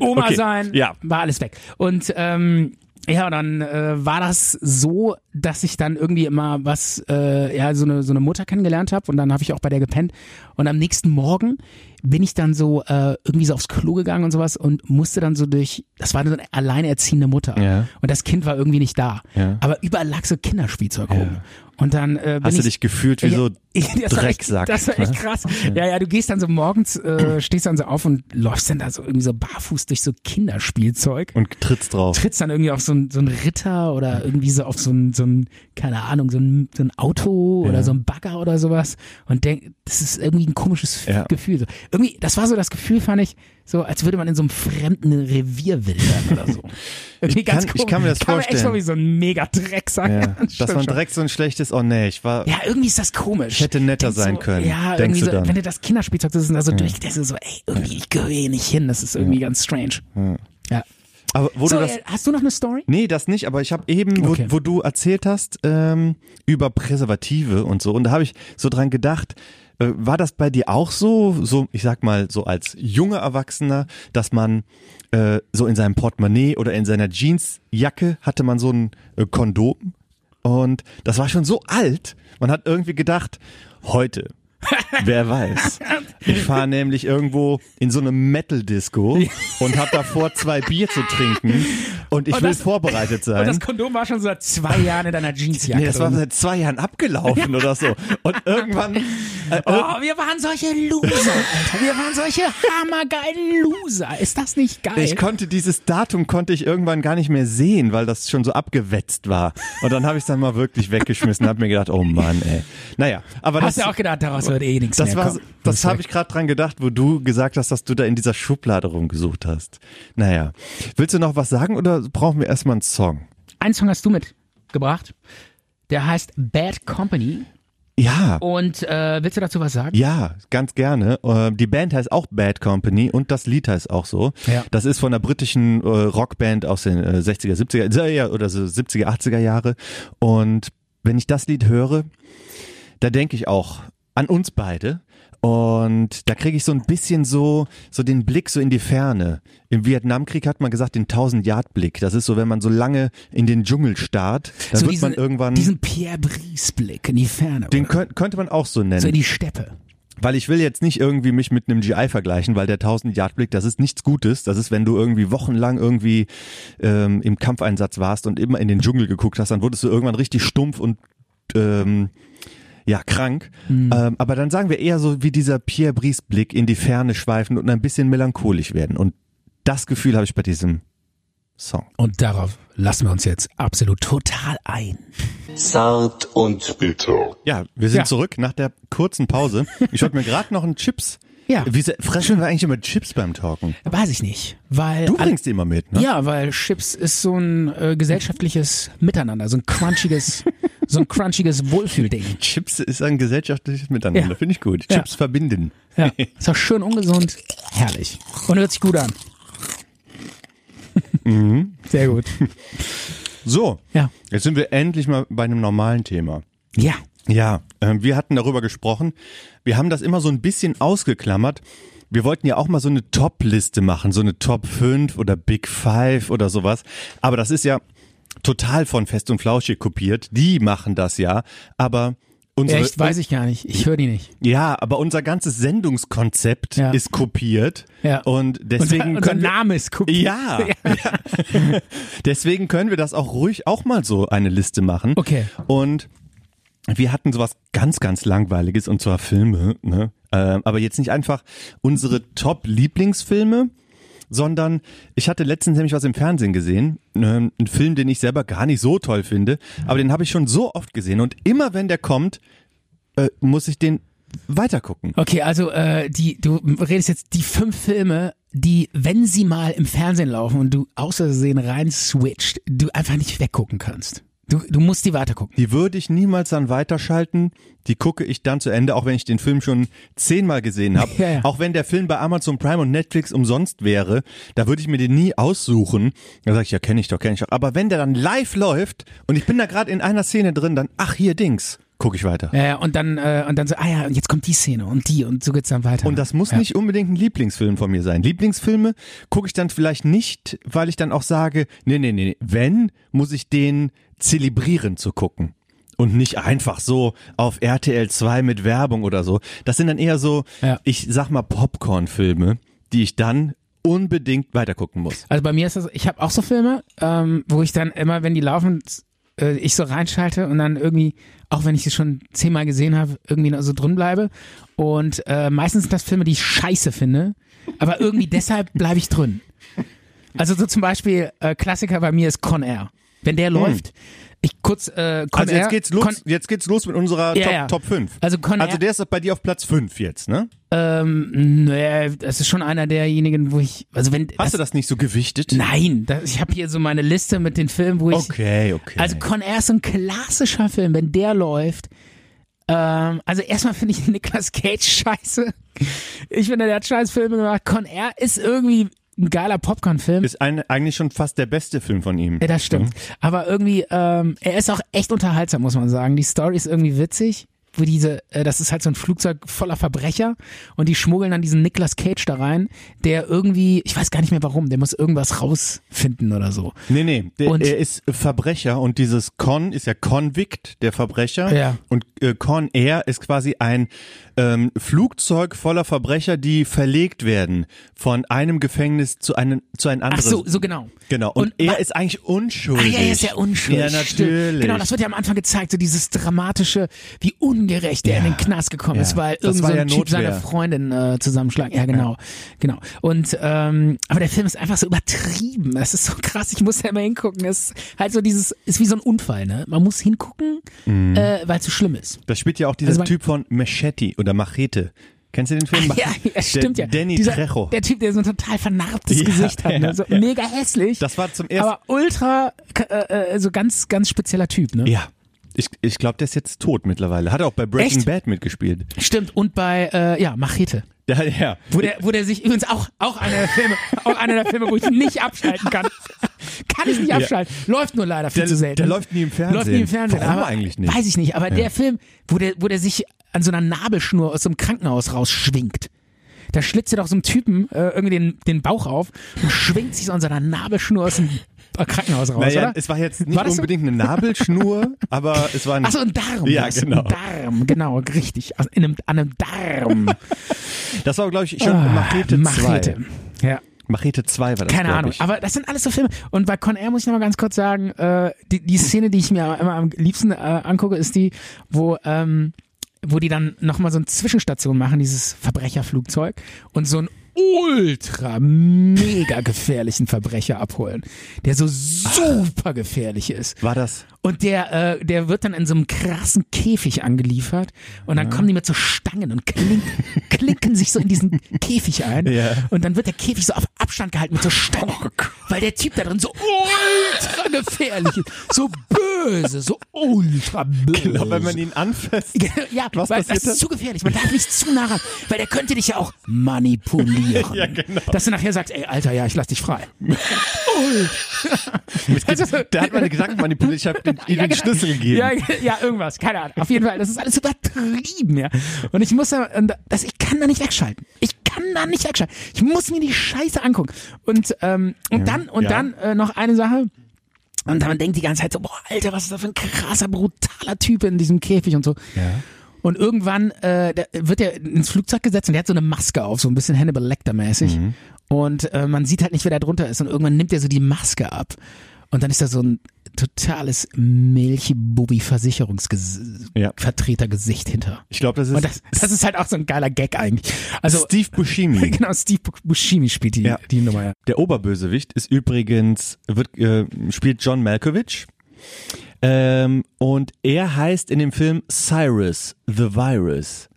Oma
okay.
sein,
Ja.
war alles weg. Und ähm, ja, und dann äh, war das so, dass ich dann irgendwie immer was, äh, ja, so eine, so eine Mutter kennengelernt habe und dann habe ich auch bei der gepennt. Und am nächsten Morgen bin ich dann so äh, irgendwie so aufs Klo gegangen und sowas und musste dann so durch, das war so eine alleinerziehende Mutter.
Ja.
Und das Kind war irgendwie nicht da.
Ja.
Aber überall lag so Kinderspielzeug rum. Und dann äh, bin
Hast du
ich,
dich gefühlt wie so
ja, das war echt-
Drecksack?
Das war echt
ne?
krass. Ja, ja, du gehst dann so morgens, äh, stehst dann so auf und läufst dann da so irgendwie so barfuß durch so Kinderspielzeug.
Und trittst drauf.
Trittst dann irgendwie auf so einen so einen Ritter oder irgendwie so auf so ein, so ein keine Ahnung, so ein, so ein Auto oder so ein Bagger oder sowas und denk, das ist irgendwie ein komisches
Ja.
Gefühl. So. Irgendwie, das war so das Gefühl, fand ich, so als würde man in so einem fremden Revier wildern oder so. Irgendwie
Ich kann- ich
komisch.
kann mir das
kam Mir echt
vorstellen.
vor wie so ein mega Drecksack.
Ja.
an.
Dass
Stimmt
man
schon.
direkt so ein schlechtes, oh nee, ich war,
Ja, irgendwie ist das komisch.
Ich hätte netter
Denkst
sein
so,
können,
Ja,
denkst
irgendwie
du
so,
dann.
wenn du das Kinderspielzeug das ist, also durch, das ist so, ey, irgendwie, ich gehöre hier nicht hin, das ist irgendwie ganz strange. Ja.
Aber wo
so,
du das
äh, hast du noch eine Story?
Nee, das nicht, aber ich habe eben, wo,
Okay.
wo du erzählt hast, ähm, über Präservative und so, und da habe ich so dran gedacht, äh, war das bei dir auch so, so, ich sag mal, so als junger Erwachsener, dass man äh, so in seinem Portemonnaie oder in seiner Jeansjacke hatte man so ein äh, Kondom und das war schon so alt, man hat irgendwie gedacht, heute. Wer weiß. Ich fahre nämlich irgendwo in so eine Metal-Disco und habe davor zwei Bier zu trinken und ich
Und
will
das-
vorbereitet
Und das
sein.
Kondom war schon seit zwei Jahren in deiner Jeansjacke.
Nee, das war
drin.
seit zwei Jahren abgelaufen oder so. Und irgendwann, äh,
Oh, wir waren solche Loser. Alter. Wir waren solche hammergeilen Loser. Ist das nicht geil?
ich konnte dieses Datum konnte ich irgendwann gar nicht mehr sehen, weil das schon so abgewetzt war. Und dann habe ich es dann mal wirklich weggeschmissen, habe mir gedacht, oh Mann, ey. Naja, aber
Hast
das,
ja auch gedacht, daraus wird eh nichts
das
mehr.
war,
kommen.
das habe ich gerade dran gedacht, wo du gesagt hast, dass du da in dieser Schublade rumgesucht hast. Naja, willst du noch was sagen oder brauchen wir erstmal einen Song?
Einen Song hast du mitgebracht. Der heißt Bad Company.
Ja.
Und äh, willst du dazu was sagen?
Ja, ganz gerne. Ähm, Die Band heißt auch Bad Company und das Lied heißt auch so.
Ja.
Das ist von einer britischen äh, Rockband aus den äh, 60er, 70er äh, ja, oder so 70er, 80er Jahre. Und wenn ich das Lied höre, da denke ich auch an uns beide. Und da kriege ich so ein bisschen so, so den Blick so in die Ferne. Im Vietnamkrieg hat man gesagt, den 1000-Yard-Blick. Das ist so, wenn man so lange in den Dschungel starrt, dann
so
wird
diesen,
man irgendwann,
diesen Pierre Brice Blick in die Ferne.
den
oder?
könnt- könnte man auch so nennen.
so in die Steppe.
Weil ich will jetzt nicht irgendwie mich mit einem GI vergleichen, weil der 1000-Yard-Blick, das ist nichts Gutes. Das ist, wenn du irgendwie wochenlang irgendwie ähm, im Kampfeinsatz warst und immer in den Dschungel geguckt hast, dann wurdest du irgendwann richtig stumpf und ähm, ja, krank.
Mhm.
Ähm, aber dann sagen wir eher so wie dieser Pierre Brice-Blick in die Ferne schweifen und ein bisschen melancholisch werden. Und das Gefühl habe ich bei diesem Song.
Und darauf lassen wir uns jetzt absolut total ein.
Zart und bitter.
Ja, wir sind
Ja.
zurück nach der kurzen Pause. Ich wollte mir gerade noch einen Chips.
Ja.
Wieso fressen wir eigentlich immer Chips beim Talken?
Weiß ich nicht, weil...
Du bringst die immer mit, ne?
Ja, weil Chips ist so ein äh, gesellschaftliches Miteinander, so ein crunchiges, so ein crunchiges Wohlfühlding.
Chips ist ein gesellschaftliches Miteinander,
Ja.
finde ich gut.
Ja.
Chips verbinden.
Ja, ist doch schön ungesund, herrlich und hört sich gut an.
Mhm.
Sehr gut.
So,
Ja.
jetzt sind wir endlich mal bei einem normalen Thema.
Ja.
Ja, ähm, wir hatten darüber gesprochen. Wir haben das immer so ein bisschen ausgeklammert. Wir wollten ja auch mal so eine Top-Liste machen, so eine Top 5 oder Big 5 oder sowas. Aber das ist ja total von Fest und Flauschig kopiert. Die machen das ja. Aber unsere,
Echt, weiß ich gar nicht.
äh,
Ich höre die nicht.
ja, aber unser ganzes Sendungskonzept
Ja.
ist kopiert.
Ja.
Und deswegen
unser, unser
können wir,
Name ist kopiert.
Ja. ja. Deswegen können wir das auch ruhig auch mal so eine Liste machen.
Okay.
Und wir hatten sowas ganz, ganz langweiliges und zwar Filme, ne? Ähm, aber jetzt nicht einfach unsere Top-Lieblingsfilme, sondern ich hatte letztens nämlich was im Fernsehen gesehen, ne, einen Film, den ich selber gar nicht so toll finde, aber den habe ich schon so oft gesehen und immer wenn der kommt, äh, muss ich den weitergucken.
Okay, also äh, die, du redest jetzt die fünf Filme, die, wenn sie mal im Fernsehen laufen und du außersehen rein switcht, du einfach nicht weggucken kannst. Du, du musst die weitergucken.
Die würde ich niemals dann weiterschalten. Die gucke ich dann zu Ende, auch wenn ich den Film schon zehnmal gesehen habe.
Ja, ja.
Auch wenn der Film bei Amazon Prime und Netflix umsonst wäre, da würde ich mir den nie aussuchen. Da sage ich, ja, kenne ich doch, kenne ich doch. Aber wenn der dann live läuft und ich bin da gerade in einer Szene drin, dann, ach hier Dings, gucke ich weiter.
Äh, und dann äh, und dann so, ah ja, und jetzt kommt die Szene und die und so geht's dann weiter.
Und das muss
ja.
nicht unbedingt ein Lieblingsfilm von mir sein. Lieblingsfilme gucke ich dann vielleicht nicht, weil ich dann auch sage, nee, nee, nee, nee, wenn, muss ich den zelebrieren zu gucken. Und nicht einfach so auf RTL 2 mit Werbung oder so. Das sind dann eher so,
Ja.
ich sag mal, Popcorn-Filme, die ich dann unbedingt weitergucken muss.
Also bei mir ist das, ich habe auch so Filme, ähm, wo ich dann immer, wenn die laufen, äh, ich so reinschalte und dann irgendwie, auch wenn ich sie schon zehnmal gesehen habe, irgendwie noch so drin bleibe. Und äh, meistens sind das Filme, die ich scheiße finde, aber irgendwie deshalb bleibe ich drin. Also so zum Beispiel äh, Klassiker bei mir ist Con Air. Wenn der läuft, ich kurz äh, Con
Hm. Also
Air,
jetzt geht's los,
Con,
jetzt geht's los mit unserer
Ja,
Top,
ja.
Top 5.
Also Con
also
Air-
der ist bei dir auf Platz 5 jetzt, ne?
ähm, naja, das ist schon einer derjenigen, wo ich, also wenn
Hast du das nicht so gewichtet?
Nein, das, ich habe hier so meine Liste mit den Filmen, wo ich
Okay, okay.
Also Con Air ist so ein klassischer Film, wenn der läuft. Ähm, also erstmal finde ich Nicolas Cage scheiße. Ich finde, der hat scheiß Filme gemacht. Con Air ist irgendwie ein geiler Popcorn-Film.
Ist Mhm. ein, eigentlich schon fast der beste Film von ihm.
Ja, das stimmt. Aber irgendwie, ähm, er ist auch echt unterhaltsam, muss man sagen. Die Story ist irgendwie witzig, wo diese, äh, das ist halt so ein Flugzeug voller Verbrecher und die schmuggeln dann diesen Nicolas Cage da rein, der irgendwie, ich weiß gar nicht mehr warum, der muss irgendwas rausfinden oder so.
Nee, nee, der,
Und-
er ist Verbrecher und dieses Con ist ja Convict, der Verbrecher.
Ja.
Und äh, Con Air ist quasi ein ähm, Flugzeug voller Verbrecher, die verlegt werden von einem Gefängnis zu einem zu einem
Ach
anderen.
so, so genau.
Genau. Und,
ma-
er ist eigentlich
Ah,
unschuldig.
ja, er ist ja unschuldig.
Ja,
stimmt.
natürlich.
Genau, das wird ja am Anfang gezeigt, so dieses dramatische, wie ungerecht er in den Knast gekommen
ja.
ist, weil
Das
irgend so
war
ein
ja
Typ seine
Notwehr.
Freundin äh, zusammenschlagen. Ja, genau. Genau. Und ähm, aber der Film ist einfach so übertrieben. Das ist so krass, ich muss da immer hingucken. Das ist halt so dieses, ist wie so ein Unfall, ne? Man muss hingucken,
Mhm.
äh, weil es so schlimm ist.
Das spielt ja auch dieser
Also man-
Typ von Machete oder Machete. Kennst du den Film?
Ja, ja
Ah, Der
stimmt ja.
Danny
Dieser,
Trejo.
Der Typ, der so ein total vernarbtes
Ja,
Gesicht hat,
ja,
ne? so
ja.
mega hässlich.
Das war zum ersten.
aber ultra, äh, äh, so ganz, ganz spezieller Typ, ne?
ja. Ich, ich glaube, der ist jetzt tot mittlerweile. Hat er auch bei Breaking
Echt?
Bad mitgespielt.
Stimmt, und bei, äh, ja, Machete.
Der, ja.
Wo der, wo der sich übrigens auch, auch einer der Filme, auch einer der Filme, wo ich nicht abschalten kann. Kann ich nicht abschalten. Läuft nur leider viel
Der-
zu selten.
der läuft nie im Fernsehen.
Läuft nie im Fernsehen.
Warum
aber,
eigentlich nicht?
Weiß ich nicht, aber der Film, wo der, wo der sich an so einer Nabelschnur aus so einem Krankenhaus rausschwingt. Da schlitzt er doch so einem Typen äh, irgendwie den, den Bauch auf und schwingt sich so an seiner Nabelschnur aus dem äh, Krankenhaus raus,
Naja,
oder?
es war jetzt nicht
War das so?
unbedingt eine Nabelschnur, aber es war ein.
Ach so, ein Darm.
Ja,
Das ist
genau.
Ein Darm, genau, richtig. Aus- In einem, an einem Darm.
Das war, glaube ich, schon Machete 2.
Ah, Machete. Ja.
Machete 2 war das.
Keine
glaub
Ahnung,
Ich.
aber das sind alles so Filme. Und bei Con Air muss ich nochmal ganz kurz sagen, äh, die, die Szene, die ich mir immer am liebsten äh, angucke, ist die, wo, ähm, wo die dann nochmal so eine Zwischenstation machen, dieses Verbrecherflugzeug und so einen ultra mega gefährlichen Verbrecher abholen, der so super gefährlich ist.
War das?
Und der, äh, der wird dann in so einem krassen Käfig angeliefert und dann kommen die mit so Stangen und klink, klinken sich so in diesen Käfig ein.
Ja. Oh
Und dann wird der Käfig so auf Abstand gehalten mit so Stangen, weil der Typ da drin so ultra gefährlich ist, so böse, so ultra böse.
Genau, wenn man ihn anfasst.
ja,
Was
weil
passiert
das
da?
ist zu gefährlich. Man darf nicht zu nah ran, weil der könnte dich ja auch manipulieren.
Ja, genau.
Dass du nachher sagst, ey, Alter, ja, ich lass dich frei.
Da hat man gesagt, manipuliert. Ich habe ihm den Schlüssel gegeben.
Also, genau. Ja, ja, irgendwas, keine Ahnung. Auf jeden Fall, das ist alles übertrieben, ja. Und ich muss da, und das, ich kann da nicht wegschalten. Ich kann da nicht wegschalten. Ich muss mir die Scheiße angucken. Und, ähm, und dann, und
ja.
dann äh, noch eine Sache. Und man denkt die ganze Zeit so, boah, Alter, was ist da für ein krasser, brutaler Typ in diesem Käfig und so.
Ja.
Und irgendwann äh, da wird er ins Flugzeug gesetzt und der hat so eine Maske auf, so ein bisschen Hannibal Lecter-mäßig.
Mhm.
Und äh, man sieht halt nicht, wer da drunter ist. Und irgendwann nimmt er so die Maske ab. Und dann ist da so ein totales
Ja.
Milchbubi-Versicherungsvertretergesicht hinter.
Ich glaube, das ist
Und das, das ist halt auch so ein geiler Gag eigentlich. Also,
Steve Buscemi.
genau, Steve Buscemi spielt die,
Ja.
die Nummer. Ja.
Der Oberbösewicht ist übrigens, wird, äh, spielt John Malkovich. Ähm, und er heißt in dem Film Cyrus the Virus.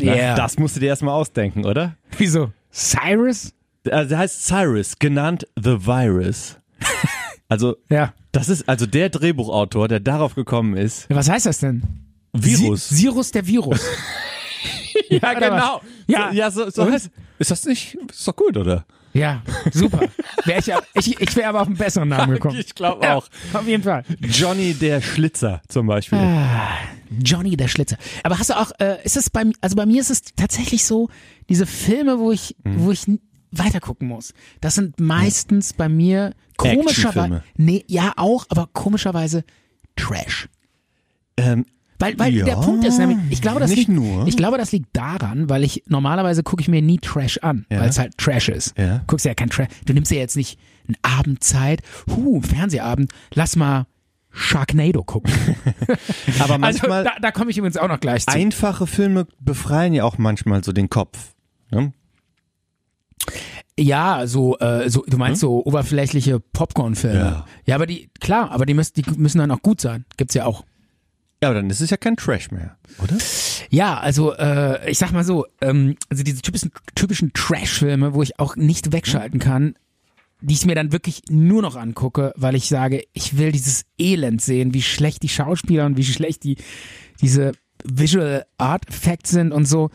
Na,
Yeah.
Das musst du dir erstmal ausdenken, oder?
Wieso? Cyrus?
Also der heißt Cyrus, genannt The Virus. Also,
Ja.
das ist also der Drehbuchautor, der darauf gekommen ist.
Was heißt das denn?
Virus.
Si Cyrus der Virus.
ja,
oder was? Ja.
Ja, ja so, so
Und?
heißt, ist das nicht, ist doch gut, oder?
Ja, super. Wär ich ja- ich ich wäre aber auf einen besseren Namen gekommen.
Ich glaube
Ja,
auch.
Auf jeden Fall.
Johnny der Schlitzer zum Beispiel.
Johnny der Schlitzer. Aber hast du auch, äh, ist es bei, m- also bei mir ist es tatsächlich so, diese Filme, wo ich, wo ich n- weitergucken muss, das sind meistens bei mir komischerweise,
Actionfilme.
nee, ja auch, aber komischerweise Trash.
Ähm,
Weil, weil
Ja,
der Punkt ist nämlich, ich glaube, das
nicht
liegt,
nur.
ich glaube, das liegt daran, weil ich normalerweise gucke ich mir nie Trash an,
Ja.
weil es halt Trash ist.
Ja.
Guckst ja kein Trash. Du nimmst ja jetzt nicht einen Abendzeit, huh, Fernsehabend, lass mal Sharknado gucken.
aber
Also
manchmal,
da, da komme ich übrigens auch noch gleich zu.
einfache Filme befreien ja auch manchmal so den Kopf. Ne?
Ja, so, äh, so du meinst so oberflächliche Popcorn-Filme.
Hm? Ja.
ja, aber die, klar, aber die müssen, die müssen dann auch gut sein. Gibt's ja auch.
Ja, aber dann ist es ja kein Trash mehr, oder?
Ja, also äh, ich sag mal so, ähm, also diese typischen, typischen Trash-Filme, wo ich auch nicht wegschalten kann, die ich mir dann wirklich nur noch angucke, weil ich sage, ich will dieses Elend sehen, wie schlecht die Schauspieler und wie schlecht die diese Visual Art Effects sind und so.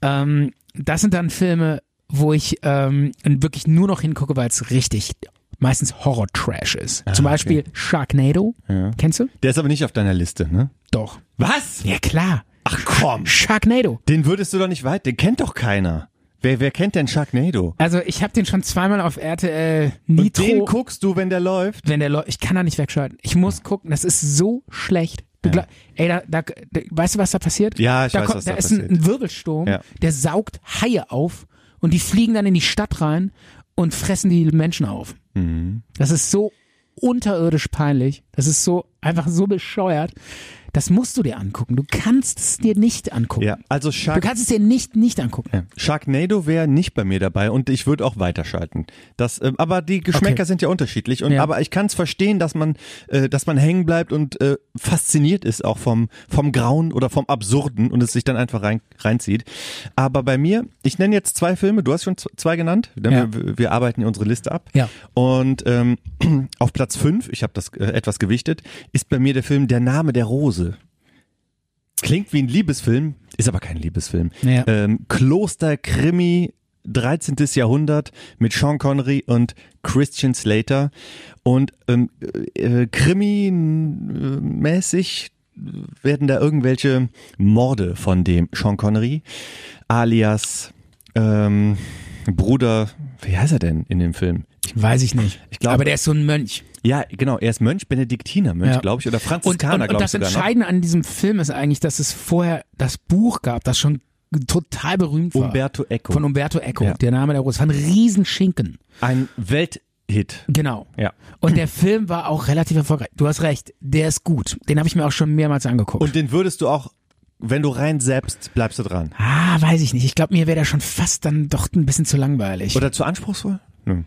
Ähm, das sind dann Filme, wo ich ähm, wirklich nur noch hingucke, weil es richtig meistens Horror-Trash ist. Zum Beispiel Sharknado. Kennst du?
Der ist aber nicht auf deiner Liste, ne?
Doch.
Was?
Ja, klar.
Ach komm.
Sharknado.
Den würdest du doch nicht weit, den kennt doch keiner. Wer, wer kennt denn Sharknado?
Also ich habe den schon zweimal auf RTL
Und den
Nitro.
guckst du, wenn der läuft?
Wenn der Leu ich kann da nicht wegschalten. Ich muss gucken, das ist so schlecht. Du glaub- Ey, da, da, da, weißt du, was da passiert?
Ja, ich
da
weiß,
kommt-
was
da
da
ist ein,
passiert.
ein Wirbelsturm,
Ja.
der saugt Haie auf und die fliegen dann in die Stadt rein und fressen die Menschen auf.
Mhm.
Das ist so unterirdisch peinlich. Das ist so einfach so bescheuert. Das musst du dir angucken. Du kannst es dir nicht angucken.
Ja, also
Du
Shark,
kannst es dir nicht nicht angucken.
Ja. Sharknado wäre nicht bei mir dabei und ich würde auch weiterschalten. Das, ähm, aber die Geschmäcker
Okay.
sind ja unterschiedlich und
Ja.
aber ich kann es verstehen, dass man, äh, dass man hängen bleibt und äh, fasziniert ist auch vom vom Grauen oder vom Absurden und es sich dann einfach rein, reinzieht. Aber bei mir, ich nenne jetzt zwei Filme. Du hast schon z- zwei genannt.
Ja.
Wir, wir arbeiten ja unsere Liste ab.
Ja.
Und ähm, auf Platz fünf, ich habe das äh, etwas gewichtet, ist bei mir der Film Der Name der Rose. Klingt wie ein Liebesfilm, ist aber kein Liebesfilm.
Ja.
Ähm, Klosterkrimi 13. Jahrhundert mit Sean Connery und Christian Slater und ähm, äh, Krimi-mäßig werden da irgendwelche Morde von dem Sean Connery alias ähm, Bruder, wie heißt er denn in dem Film?
Weiß ich nicht.
Ich glaube-
Aber der ist so ein Mönch.
Ja, genau, er ist Mönch, Benediktinermönch,
Ja.
glaube ich, oder
Und, und,
Franziskaner,
und
glaube ich
das
sogar. Ne?
Entscheidende an diesem Film ist eigentlich, dass es vorher das Buch gab, das schon total berühmt war.
Umberto Eco.
Von um Umberto Eco,
Ja.
der Name der Rose. War ein Riesenschinken.
Ein Welthit.
Genau.
Ja.
Und der Film war auch relativ erfolgreich. Du hast recht, der ist gut. Den habe ich mir auch schon mehrmals angeguckt.
Und den würdest du auch, wenn du rein selbst, bleibst du dran.
ah, weiß ich nicht. Ich glaube, mir wäre der schon fast dann doch ein bisschen zu langweilig.
Oder zu anspruchsvoll? Hm.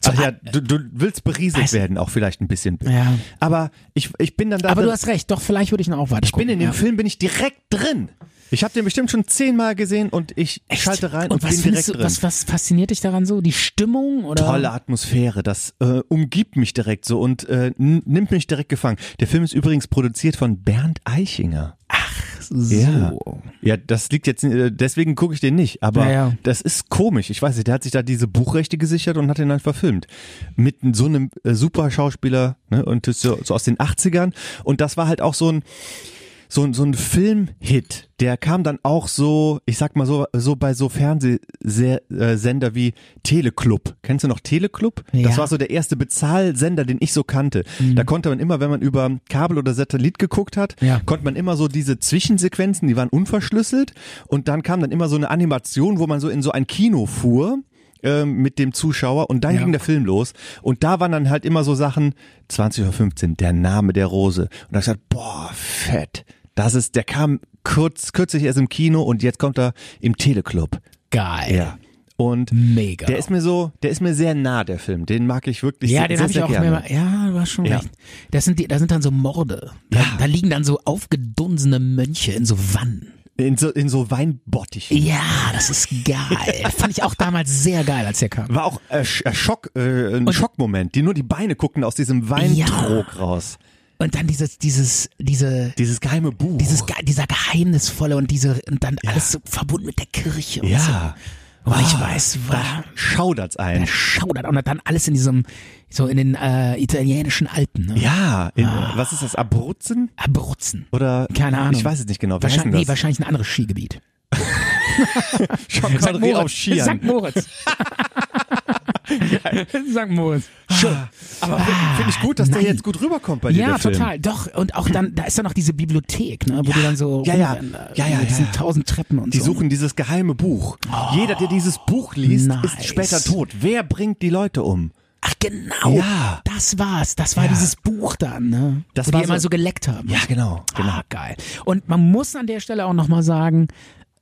Zu
Ach ja,
an-
du, du willst berieselt
Weiß-
werden, auch vielleicht ein bisschen.
Ja.
Aber ich, ich bin dann da.
Aber du hast recht, doch, vielleicht würde ich ihn auch weiter
ich bin in dem
ja.
Film, bin ich direkt drin. Ich habe den bestimmt schon zehnmal gesehen und ich
Echt?
schalte rein und,
und was
bin direkt
findest du,
drin.
was, was fasziniert dich daran so? Die Stimmung oder?
Tolle Atmosphäre, das äh, umgibt mich direkt so und äh, n- nimmt mich direkt gefangen. Der Film ist übrigens produziert von Bernd Eichinger.
So.
Ja. Ja, das liegt jetzt, äh, deswegen gucke ich den nicht, aber
Ja, ja.
das ist komisch. Ich weiß nicht, der hat sich da diese Buchrechte gesichert und hat den halt verfilmt. Mit so einem äh, super Schauspieler ne, und das so, so aus den 80ern. Und das war halt auch so ein, so, ein- so ein Filmhit. Der kam dann auch so, ich sag mal so, so bei so Fernsehsender wie Teleclub. Kennst du noch Teleclub? Das
Ja. Mhm.
war so der erste Bezahlsender, den ich so kannte. Da konnte man immer, wenn man über Kabel oder Satellit geguckt hat,
Ja.
konnte man immer so diese Zwischensequenzen, die waren unverschlüsselt und dann kam dann immer so eine Animation, wo man so in so ein Kino fuhr ähm, mit dem Zuschauer und dann
Ja.
ging der Film los und da waren dann halt immer so Sachen 20.15 Uhr, der Name der Rose und da hab ich gesagt, boah, fett, das ist, der kam kurz, kürzlich erst im Kino und jetzt kommt er im Teleclub.
Geil.
Ja. Und
Mega.
der ist mir so, der ist mir sehr nah, der Film. Den mag ich wirklich
ja,
sehr,
den
sehr,
habe ich
sehr
auch
gerne.
mehrmals. Ja, du hast schon
Ja.
recht. Das sind, die, da sind dann so Morde. Da, da liegen dann so aufgedunsene Mönche in so Wannen.
In so, in so Weinbottichen.
Ja, das ist geil. Fand ich auch damals sehr geil, als der kam.
War auch äh, Sch- äh, Schock, äh, ein Schockmoment, die nur die Beine guckten aus diesem Weintrog raus.
Und dann dieses, dieses, diese,
Dieses geheime Buch.
dieses, ge- dieser geheimnisvolle und diese und dann alles so verbunden mit der Kirche. Und
ja. Ah.
so. Und ich weiß, war
Schaudert's ein.
schaudert und dann alles in diesem, so in den äh, italienischen Alpen. Ne?
Ja, in, was ist das? Abruzzen?
Abruzzen.
Oder
Keine Ahnung.
Ich weiß es nicht genau. Wie heißt
Wahrscheinlich,
denn
nee,
das?
wahrscheinlich ein anderes Skigebiet.
Schock
St.
Connery auf
Moritz.
Skiern.
St. Moritz. St. Moritz. Schön.
Aber finde find ich gut, dass
Ah. nein.
der jetzt gut rüberkommt bei dir.
Ja,
der Film.
total. Doch, und auch dann, da ist dann noch diese Bibliothek, ne, wo die dann so
ja, ja.
rumrennen, äh,
Ja, ja,
mit diesen
ja.
tausend Treppen und
Die
so. Oh.
suchen dieses geheime Buch. Jeder, der dieses Buch liest, ist
nice.
später tot. Wer bringt die Leute um?
Ach genau,
Ja.
das war's. Das war
Ja.
dieses Buch dann, ne?
Das
wo
war
die immer
so-
so geleckt haben.
Ja, genau. genau.
Ah, geil. Und man muss an der Stelle auch nochmal sagen,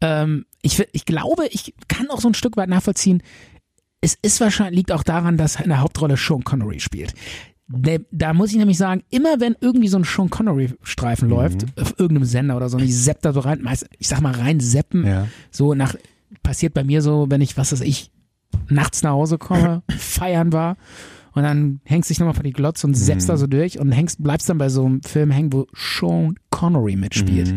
ähm, ich, fi- ich glaube, ich kann auch so ein Stück weit nachvollziehen, es ist wahrscheinlich, liegt auch daran, dass in der Hauptrolle Sean Connery spielt. Ne, Da muss ich nämlich sagen, immer wenn irgendwie so ein Sean Connery-Streifen
Mhm.
läuft, auf irgendeinem Sender oder so, und ich sepp da so rein, meist, ich sag mal rein seppen,
Ja.
so nach, passiert bei mir so, wenn ich, was weiß ich, nachts nach Hause komme, feiern war und dann hängst dich nochmal vor die Glotze und
Mhm. Mhm.
setzt da so durch und hängst, bleibst dann bei so einem Film hängen, wo Sean Connery mitspielt.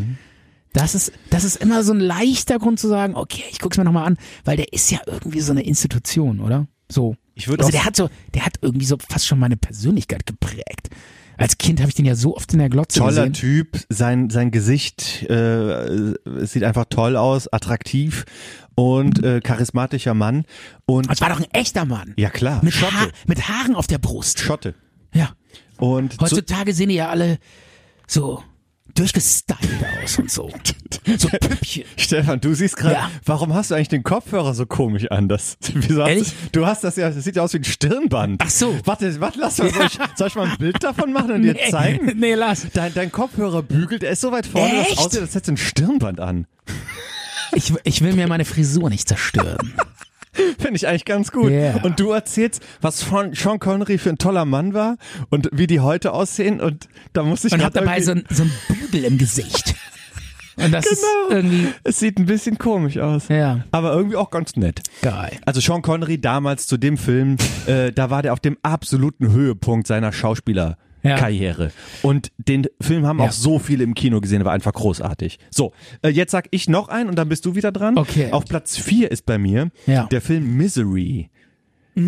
Das ist, das ist immer so ein leichter Grund zu sagen, okay, ich guck's mir nochmal an, weil der ist ja irgendwie so eine Institution, oder? So.
Ich würd
also
auch-
der hat so, der hat irgendwie so fast schon meine Persönlichkeit geprägt. Als Kind habe ich den ja so oft in der Glotze
Toller
gesehen.
Typ, sein, sein Gesicht äh, es sieht einfach toll aus, attraktiv und äh, charismatischer Mann. Und
Das war doch ein echter Mann.
ja klar,
Also Mit,
Schotte.
Haar, mit Haaren auf der Brust.
Schotte.
Ja.
Und zu,
Heutzutage sehen die ja alle so durchgestylt aus und so. So Püppchen.
Stefan, du siehst gerade,
Ja.
warum hast du eigentlich den Kopfhörer so komisch anders? Wieso hast
Ehrlich?
Du, du hast das ja, das sieht ja aus wie ein Stirnband.
Ach so.
Warte, warte, lass mal, soll ich, soll ich mal ein Bild davon machen und dir zeigen?
Nee, lass.
Dein, dein Kopfhörer bügelt, er ist so weit vorne, dass es
Echt?
aussieht, als hättest du ein Stirnband an.
Ich, ich will mir meine Frisur nicht zerstören.
Finde ich eigentlich ganz gut.
Yeah.
Und du erzählst, was von Sean Connery für ein toller Mann war und wie die heute aussehen und da muss ich
Und
grad
hab dabei
irgendwie-
so ein, so ein Bügel im Gesicht. Und das ist
Genau.
irgendwie
Es sieht ein bisschen komisch aus.
Ja.
Aber irgendwie auch ganz nett.
geil.
Also Sean Connery damals zu dem Film, äh, da war der auf dem absoluten Höhepunkt seiner Schauspielerkarriere. Und den Film haben
Ja.
auch so viele im Kino gesehen, war einfach großartig. So, äh, jetzt sag ich noch einen und dann bist du wieder dran.
Okay.
Auf Platz vier ist bei mir
Ja. Mm.
der Film Misery.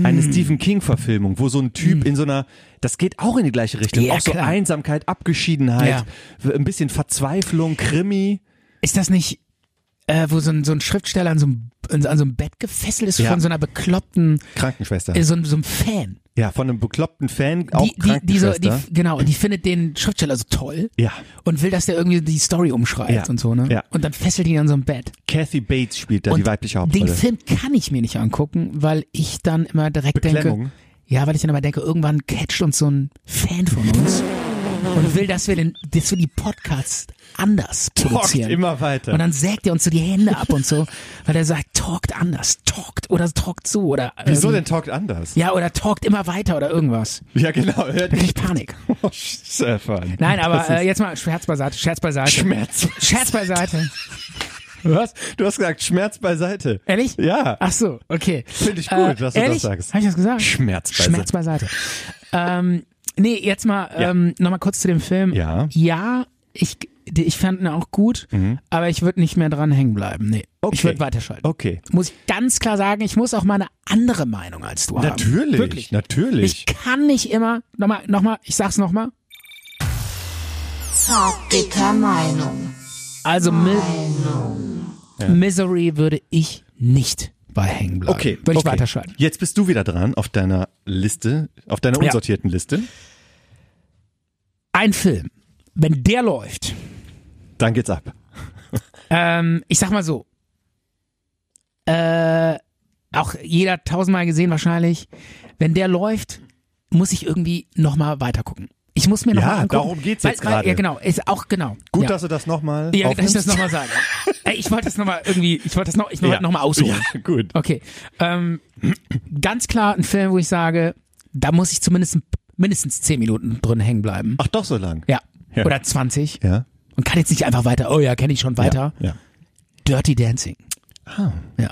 Eine Stephen King-Verfilmung, wo so ein Typ in so einer, das geht auch in die gleiche Richtung,
Ja,
auch so
klar.
Einsamkeit, Abgeschiedenheit, ein bisschen Verzweiflung, Krimi.
Ist das nicht, äh, wo so ein, so ein Schriftsteller an so einem, an so einem Bett gefesselt ist
Ja.
von so einer bekloppten,
Krankenschwester.
äh, so, einem- so einem Fan?
ja, von einem bekloppten Fan, auch
die, die, die, so, die,
Krankenschwester.
genau, die findet den Schriftsteller so toll
Ja.
und will, dass der irgendwie die Story umschreibt
Ja.
und so, ne?
Ja.
Und dann fesselt ihn an so einem Bett.
Kathy Bates spielt da
und
die weibliche
Den
Hauptrolle.
Film kann ich mir nicht angucken, weil ich dann immer direkt
Beklemmung?
denke. Ja, weil ich dann immer denke, irgendwann catcht uns so ein Fan von uns und will, dass wir den, dass wir die Podcasts anders produzieren.
immer weiter.
Und dann sägt er uns so die Hände ab und so, weil er sagt, talkt anders, talkt oder talkt so oder.
Wieso
ähm,
denn talkt anders?
Ja, oder talkt immer weiter oder irgendwas.
Ja, genau. Hört
Da krieg ich Panik.
oh, Stefan.
Nein, aber
Das
äh,
ist
jetzt mal Scherz beiseite, Scherz beiseite.
Schmerz.
Scherz beiseite. Was?
Du hast gesagt, Schmerz beiseite.
Ehrlich?
Ja.
Ach so, okay. Äh,
Finde ich gut, dass du das
ehrlich?
sagst.
Habe ich das gesagt?
Schmerz beiseite.
Schmerz beiseite. ähm, nee, jetzt mal ähm, nochmal kurz zu dem Film.
Ja.
Ja, ich, die- ich fand ihn auch gut, aber ich würde nicht mehr dran hängen bleiben. Nee. Ich
Mhm. Okay.
würde weiterschalten.
Okay.
Muss ich ganz klar sagen, ich muss auch mal eine andere Meinung als du haben.
Natürlich,
Wirklich.
natürlich.
Ich kann nicht immer, nochmal, nochmal, ich sag's nochmal.
Zartbitter Meinung.
Also Mi Misery würde ich nicht bei hängen bleiben.
Okay,
Würde ich
okay.
weiterschalten.
Jetzt bist du wieder dran auf deiner Liste, auf deiner
Ja.
unsortierten Liste.
Ein Film, wenn der läuft,
Dann geht's ab.
ähm, ich sag mal so, äh, auch jeder tausendmal gesehen wahrscheinlich, wenn der läuft, muss ich irgendwie nochmal weiter gucken. Ich muss mir
Ja,
nochmal angucken.
darum geht's
weil-
jetzt
weil-
gerade.
Ja, genau, ist auch genau.
Gut,
ja.
dass du das nochmal
Ja, dass ich das nochmal sage. Äh, ich wollte das nochmal irgendwie, ich wollte das noch, ich wollte nochmal ausholen.
Ja, gut.
Okay. Ähm, ganz klar ein Film, wo ich sage, da muss ich zumindest mindestens 10 Minuten drin hängen bleiben.
Ach, doch so lang.
Ja.
Ja.
Oder 20.
Ja.
Und kann jetzt nicht einfach weiter, oh ja, kenne ich schon weiter.
Ja.
Dirty Dancing. Ah. Ja.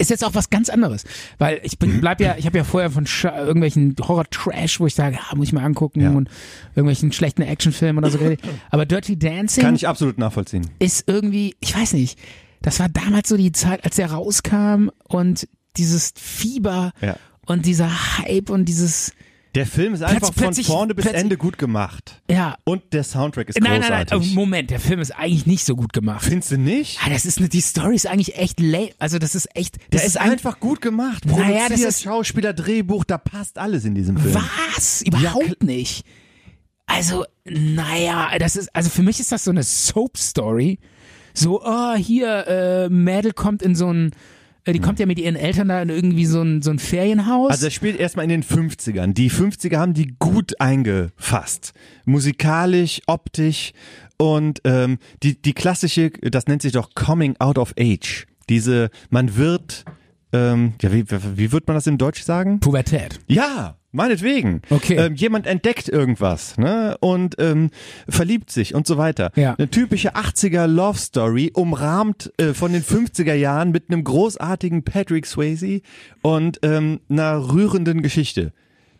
Ist jetzt auch was ganz anderes, weil ich bin, bleib ja, ich habe ja vorher von Sch irgendwelchen Horror-Trash, wo ich sage, ah, muss ich mal angucken
Ja.
und irgendwelchen schlechten Actionfilmen oder so geredet. Aber Dirty Dancing
Kann ich absolut nachvollziehen.
ist irgendwie, ich weiß nicht, das war damals so die Zeit, als er rauskam und dieses Fieber
Ja.
und dieser Hype und dieses,
Der Film ist einfach von
plötzlich-
vorne bis
plötzlich-
Ende gut gemacht.
ja.
Und der Soundtrack ist
Nein, nein, nein,
großartig.
oh, Moment, der Film ist eigentlich nicht so gut gemacht.
Findest du nicht?
Ah, das ist, ne- die Story ist eigentlich echt lame, also das ist echt, das
Der ist einfach gut gemacht. Produziert,
Naja, das ist-
Schauspieler, Drehbuch, da passt alles in diesem Film.
was? Überhaupt nicht. Also, naja, das ist, also für mich ist das so eine Soap-Story. So, oh, hier, äh, Mädel kommt in so ein, äh, die kommt ja mit ihren Eltern da in irgendwie so ein, so ein Ferienhaus.
Hm. Also er spielt erstmal in den 50ern. Die 50er haben die gut eingefasst. Musikalisch, optisch und ähm, die, die klassische, das nennt sich doch Coming Out of Age. Diese, man wird, ähm, ja, wie, wie wird man das im Deutsch sagen?
Pubertät.
Ja, meinetwegen.
Okay.
Ähm, jemand entdeckt irgendwas ne? und ähm, verliebt sich und so weiter.
Ja.
Eine typische 80er Love Story, umrahmt äh, von den 50er Jahren mit einem großartigen Patrick Swayze und ähm, einer rührenden Geschichte.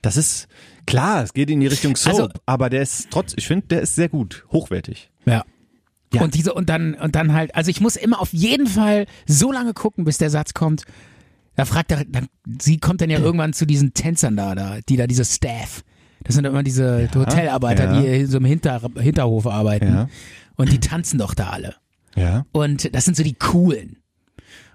Das ist klar, es geht in die Richtung Soap,
Also-
aber der ist trotz, ich finde, der ist sehr gut, hochwertig.
Ja.
Ja.
Und diese, und dann, und dann halt, also ich muss immer auf jeden Fall so lange gucken, bis der Satz kommt. Da fragt er, dann, sie kommt dann ja irgendwann zu diesen Tänzern da, da, die da, diese Staff. Das sind immer diese Hotelarbeiter,
ja.
die in so im Hinter, Hinterhof arbeiten.
Ja.
Und die tanzen doch da alle.
Ja.
Und das sind so die coolen.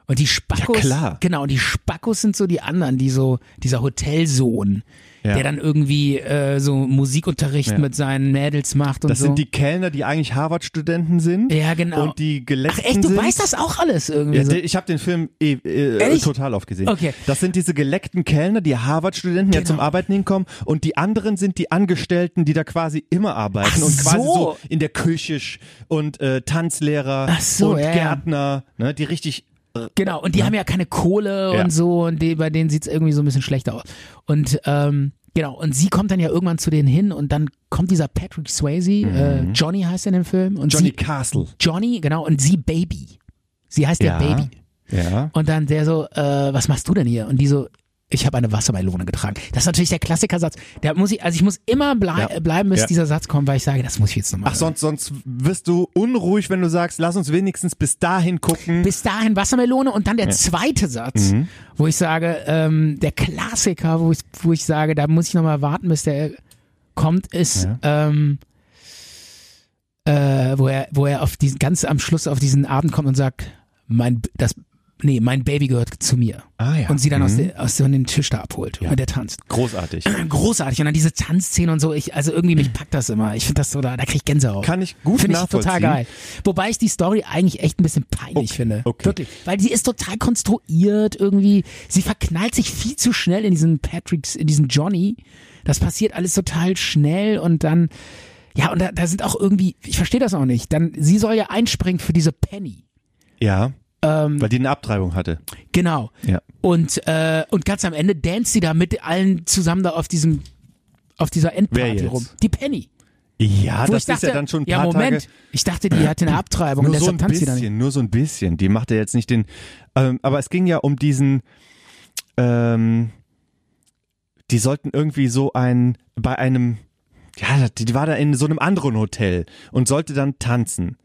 Und die Spackos,
Ja, klar.
genau, und die Spackos sind so die anderen, die so, dieser Hotelsohn,
Ja.
der dann irgendwie äh, so Musikunterricht
Ja.
mit seinen Mädels macht und
Das
so.
sind die Kellner, die eigentlich Harvard-Studenten sind.
Also Ja, genau.
Und die
Ach
Geleckten
echt, du
sind.
weißt das auch alles irgendwie.
Ja,
so.
de- ich habe den Film eh, äh,
Ehrlich?
total oft gesehen.
Okay.
Das sind diese geleckten Kellner, die Harvard-Studenten die ja
Genau.
zum Arbeiten hinkommen und die anderen sind die Angestellten, die da quasi immer arbeiten
Ach
und quasi
so.
so. in der Küche sch- und äh, Tanzlehrer
Ach so,
und
ja, ja.
Gärtner, ne, die richtig
Genau, und die haben ja keine Kohle
Ja.
und so und die, bei denen sieht's irgendwie so ein bisschen schlechter aus. Und ähm, genau, und sie kommt dann ja irgendwann zu denen hin und dann kommt dieser Patrick Swayze, äh, Johnny heißt er in dem Film. Und
Mhm. Johnny
sie,
Castle.
Johnny, genau, und sie Baby. Sie heißt ja,
Ja.
Baby.
Ja.
Und dann der so, äh, was machst du denn hier? Und die so, ich habe eine Wassermelone getragen. Das ist natürlich der Klassikersatz. Da muss ich, also ich muss immer blei
Ja.
äh, bleiben, bis
Ja.
dieser Satz kommt, weil ich sage, das muss ich jetzt nochmal.
Ach, sonst, sonst wirst du unruhig, wenn du sagst, lass uns wenigstens bis dahin gucken.
bis dahin Wassermelone und dann der zweite Satz,
Mhm.
wo ich sage, ähm, der Klassiker, wo ich, wo ich sage, da muss ich nochmal warten, bis der kommt, ist, ähm, äh, wo er, wo er auf diesen, ganz am Schluss auf diesen Abend kommt und sagt, mein, das, nee, mein Baby gehört zu mir.
Ah, ja.
Und sie dann aus, der, aus so den Tisch da abholt und der tanzt.
Großartig.
Großartig. Und dann diese Tanzszene und so, ich, also irgendwie mich packt das immer. Ich finde das so, da, da krieg ich Gänsehaut.
Mhm. Kann ich gut
Finde ich
nachvollziehen.
total geil. Wobei ich die Story eigentlich echt ein bisschen peinlich
Okay,
finde.
okay.
Wirklich. Weil sie ist total konstruiert irgendwie. Sie verknallt sich viel zu schnell in diesen Patricks, in diesen Johnny. Das passiert alles total schnell und dann, ja, und da, da sind auch irgendwie, ich verstehe das auch nicht. Dann, sie soll ja einspringen für diese Penny.
Ja.
Ähm.
Weil die eine Abtreibung hatte.
Genau.
Ja.
Und, äh, und ganz am Ende danced sie da mit allen zusammen da auf diesem, auf dieser
Wer
Endparty
jetzt?
rum. Die Penny.
Ja,
Wo
das
ich dachte,
ist ja dann schon ein paar
ja, Moment,
Tage.
ich dachte, die hatte eine Abtreibung und
nur so
deshalb
ein
tanzt sie da
bisschen,
nicht.
nur so ein bisschen. Die macht ja jetzt nicht den. Ähm, aber es ging ja um diesen. Ähm, die sollten irgendwie so ein bei einem. Ja, die die war da in so einem anderen Hotel und sollte dann tanzen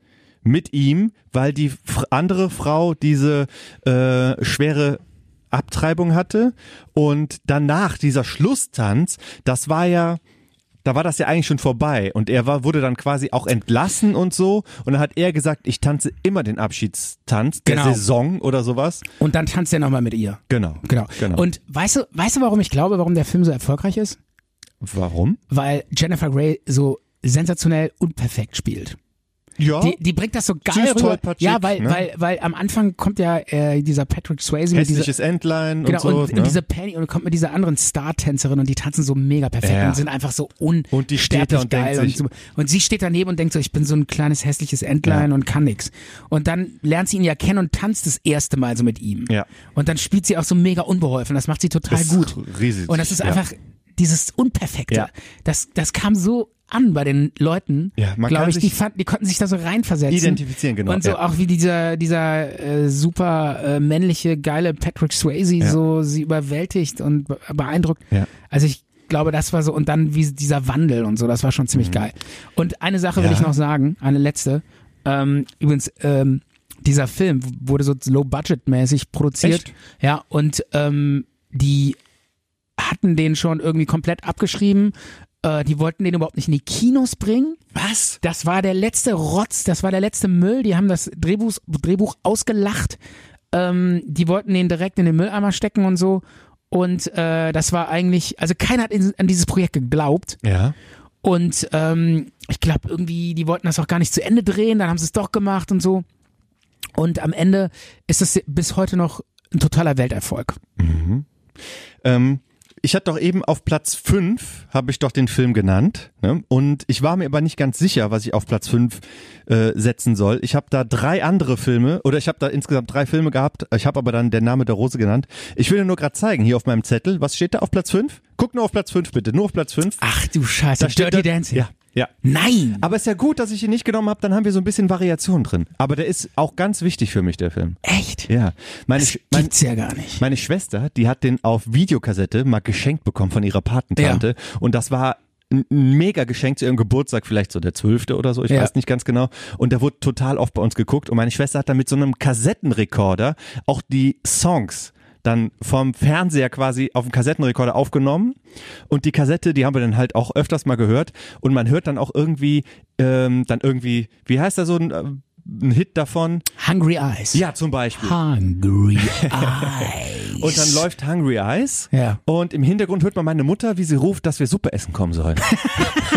mit ihm, weil die fr- andere Frau diese äh, schwere Abtreibung hatte und danach dieser Schlusstanz, das war ja da war das ja eigentlich schon vorbei und er war, wurde dann quasi auch entlassen und so und dann hat er gesagt, ich tanze immer den Abschiedstanz der
Genau.
Saison oder sowas.
Und dann tanzt er nochmal mit ihr.
Genau.
Genau.
genau.
Und weißt du, weißt du, warum ich glaube, warum der Film so erfolgreich ist?
warum?
Weil Jennifer Grey so sensationell und perfekt spielt.
Ja.
Die, die bringt das so geil
Sie ist
rüber.
tollpatschig,
ja, weil,
ne?
weil, weil am Anfang kommt ja äh, dieser Patrick Swayze mit dieser,
Hässliches Entlein
genau,
und so.
und,
ne?
und diese Penny und kommt mit dieser anderen Star-Tänzerin und die tanzen so mega perfekt
Ja.
und sind einfach so un
Und die steht da und
geil
denkt sich-
und, so. und sie steht daneben und denkt so, ich bin so ein kleines hässliches Entlein und kann nix. Und dann lernt sie ihn ja kennen und tanzt das erste Mal so mit ihm.
Ja.
Und dann spielt sie auch so mega unbeholfen. Das macht sie total
Ist
gut.
riesig,
Und das ist
ja.
einfach dieses Unperfekte.
Ja.
Das, das kam so an bei den Leuten,
Ja, man
glaube
kann
ich, die,
sich-
fanden, die konnten sich da so reinversetzen.
Identifizieren, genau,
Und so
ja.
auch wie dieser, dieser äh, super äh, männliche, geile Patrick Swayze so sie überwältigt und be- beeindruckt.
Ja.
Also ich glaube, das war so, und dann wie dieser Wandel und so, das war schon ziemlich geil. Und eine Sache will
Mhm. Ja.
ich noch sagen, eine letzte. Ähm, übrigens, ähm, dieser Film wurde so low-budget-mäßig produziert.
Echt?
Ja, und ähm, die hatten den schon irgendwie komplett abgeschrieben. Äh, die wollten den überhaupt nicht in die Kinos bringen.
was?
Das war der letzte Rotz, das war der letzte Müll. Die haben das Drehbuch, Drehbuch ausgelacht. Ähm, die wollten den direkt in den Mülleimer stecken und so. Und äh, das war eigentlich, also keiner hat in, an dieses Projekt geglaubt.
Ja.
Und ähm, ich glaube irgendwie, die wollten das auch gar nicht zu Ende drehen, dann haben sie es doch gemacht und so. Und am Ende ist es bis heute noch ein totaler Welterfolg.
Ähm, ich hatte doch eben auf Platz 5, habe ich doch den Film genannt. Ne? Und ich war mir aber nicht ganz sicher, was ich auf Platz 5 äh, setzen soll. Ich habe da drei andere Filme, oder ich habe da insgesamt drei Filme gehabt. Ich habe aber dann der Name der Rose genannt. Ich will dir nur gerade zeigen, hier auf meinem Zettel, was steht da auf Platz 5? Guck nur auf Platz 5 bitte, nur auf Platz 5.
Ach du Scheiße,
Da steht
Ah, Dirty
da-
Dancing.
Ja, ja.
Nein!
Aber ist ja gut, dass ich ihn nicht genommen habe, dann haben wir so ein bisschen Variation drin. Aber der ist auch ganz wichtig für mich, der Film.
Echt?
Ja. Meine,
Das
Sch- mein,
gibt's ja gar nicht.
meine Schwester, die hat den auf Videokassette mal geschenkt bekommen von ihrer Patentante. Und das war ein ein mega Geschenk zu ihrem Geburtstag, vielleicht so der zwölfte oder so, ich
Ja.
weiß nicht ganz genau. Und da wurde total oft bei uns geguckt und meine Schwester hat dann mit so einem Kassettenrekorder auch die Songs dann vom Fernseher quasi auf dem Kassettenrekorder aufgenommen und die Kassette, die haben wir dann halt auch öfters mal gehört und man hört dann auch irgendwie, ähm, dann irgendwie, wie heißt da so ein, äh, ein Hit davon?
Hungry Eyes.
Ja, zum Beispiel.
Hungry Eyes.
Und dann läuft Hungry Eyes.
Ja.
Und im Hintergrund hört man meine Mutter, wie sie ruft, dass wir Suppe essen kommen sollen.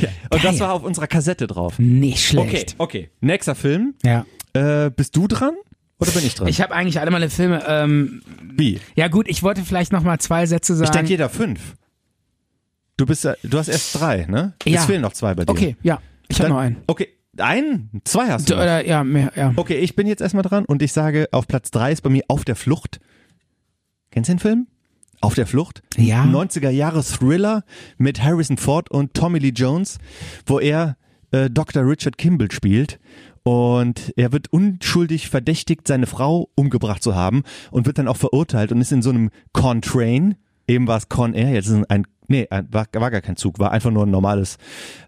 ja. Und das
Geil.
war auf unserer Kassette drauf.
Nicht
Okay,
schlecht.
okay. Nächster Film.
Ja.
Äh, bist du dran? Oder bin ich dran?
Ich habe eigentlich alle meine Filme. Ähm,
Wie?
ja gut, ich wollte vielleicht noch mal zwei Sätze sagen.
Ich denke jeder fünf. Du bist ja, du hast erst drei, ne?
Ja.
Es fehlen noch zwei bei dir.
okay, ja, ich habe
Dann,
noch einen.
Okay, einen? Zwei hast
D-
du. noch.
Oder ja, mehr, ja.
Okay, ich bin jetzt erstmal dran und ich sage, auf Platz drei ist bei mir Auf der Flucht. Kennst du den Film? Auf der Flucht?
Ja.
90er Jahre Thriller mit Harrison Ford und Tommy Lee Jones, wo er äh, Dr. Richard Kimball spielt. Und er wird unschuldig verdächtigt, seine Frau umgebracht zu haben und wird dann auch verurteilt und ist in so einem Contrain. Eben war es Con Air, jetzt ist es ein, nee, ein, war, war gar kein Zug, war einfach nur ein normales,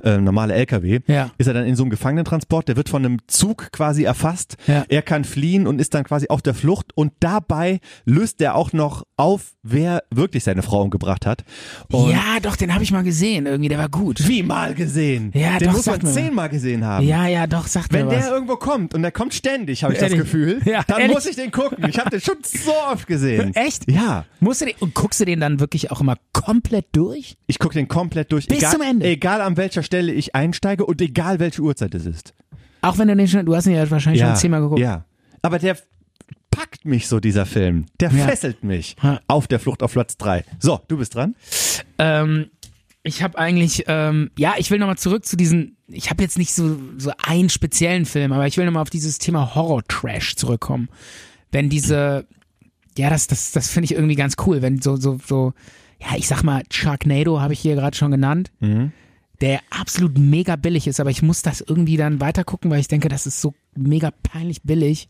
äh, normale LKW.
Ja.
Ist er dann in so einem Gefangenentransport, der wird von einem Zug quasi erfasst.
Ja.
Er kann fliehen und ist dann quasi auf der Flucht und dabei löst er auch noch auf, wer wirklich seine Frau umgebracht hat. Und
Ja, doch, den habe ich mal gesehen. Irgendwie, der war gut.
Wie mal gesehen.
Ja,
Den
doch,
muss man
sag mir.
zehnmal gesehen haben.
Ja, ja, doch, sagt
Wenn
mir
der
was.
irgendwo kommt und der kommt ständig, habe ich
Ehrlich?
das Gefühl,
Ja,
dann
ehrlich?
muss ich den gucken. Ich habe den schon so oft gesehen.
Echt?
Ja.
Musst du den, und guckst du den dann wirklich auch immer komplett durch?
Ich gucke den komplett durch.
Bis
egal,
zum Ende.
Egal an welcher Stelle ich einsteige und egal welche Uhrzeit es ist.
Auch wenn du den schon, du hast ihn ja wahrscheinlich schon zehnmal geguckt.
Ja. Aber der packt mich so, dieser Film. Der
Ja.
fesselt mich.
Ja.
Auf der Flucht auf Platz 3. So, du bist dran.
Ähm, ich habe eigentlich, ähm, ja, ich will nochmal zurück zu diesen, ich habe jetzt nicht so, so einen speziellen Film, aber ich will nochmal auf dieses Thema Horror-Trash zurückkommen. Wenn diese, ja, das, das, das finde ich irgendwie ganz cool, wenn so, so, so, ja, ich sag mal, Sharknado habe ich hier gerade schon genannt, der absolut mega billig ist, aber ich muss das irgendwie dann weitergucken, weil ich denke, das ist so mega peinlich billig.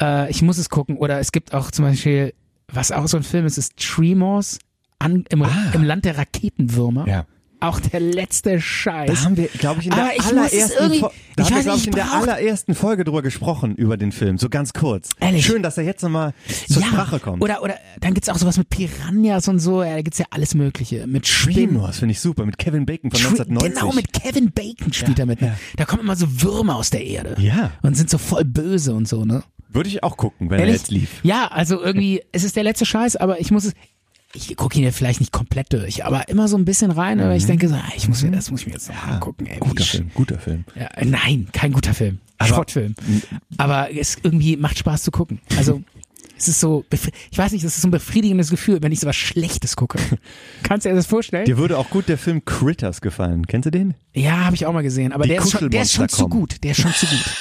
Äh, ich muss es gucken. Oder es gibt auch zum Beispiel, was auch so ein Film ist, ist Tremors an, im, im Land der Raketenwürmer.
Ja.
Auch der letzte
Da
Scheiß.
haben wir, glaube ich, in der
Aber ich muss es
allerersten,
irgendwie-
Fo- da
ich
haben wir,
weiß
glaub
nicht,
ich,
ich
in der
brauch-
allerersten Folge drüber gesprochen, über den Film, so ganz kurz.
Ehrlich?
Schön, dass er jetzt nochmal zur Sprache kommt.
Oder, oder dann gibt's auch sowas mit Piranhas und so. Ja, da gibt's ja alles Mögliche. Mit Spinnen.
Demos finde ich super, mit Kevin Bacon von
Tri-
1990.
Genau, mit Kevin Bacon spielt er mit. Ne?
ja.
Da kommen immer so Würmer aus der Erde.
Ja.
Und sind so voll böse und so, ne?
Würde ich auch gucken, wenn er
Ehrlich?
jetzt lief.
Ja, also irgendwie, es ist der letzte Scheiß, aber ich muss es. Ich gucke ihn ja vielleicht nicht komplett durch, aber immer so ein bisschen rein, aber ich denke so, ah, ich muss mir, das muss ich mir jetzt noch angucken. Ey, wie
Mhm. Guter
sch-
Film, guter Film.
Ja, äh, nein, kein guter Film. Schrottfilm. Aber es irgendwie macht Spaß zu gucken. Also es ist so, befri- ich weiß nicht, es ist so ein befriedigendes Gefühl, wenn ich so was Schlechtes gucke. Kannst du dir das vorstellen?
Dir würde auch gut der Film Critters gefallen. Kennst du den?
Ja, habe ich auch mal gesehen, aber
Die
der ist, schon, der ist schon
Kuschelmonster
zu
kommen.
gut. Der ist schon zu gut.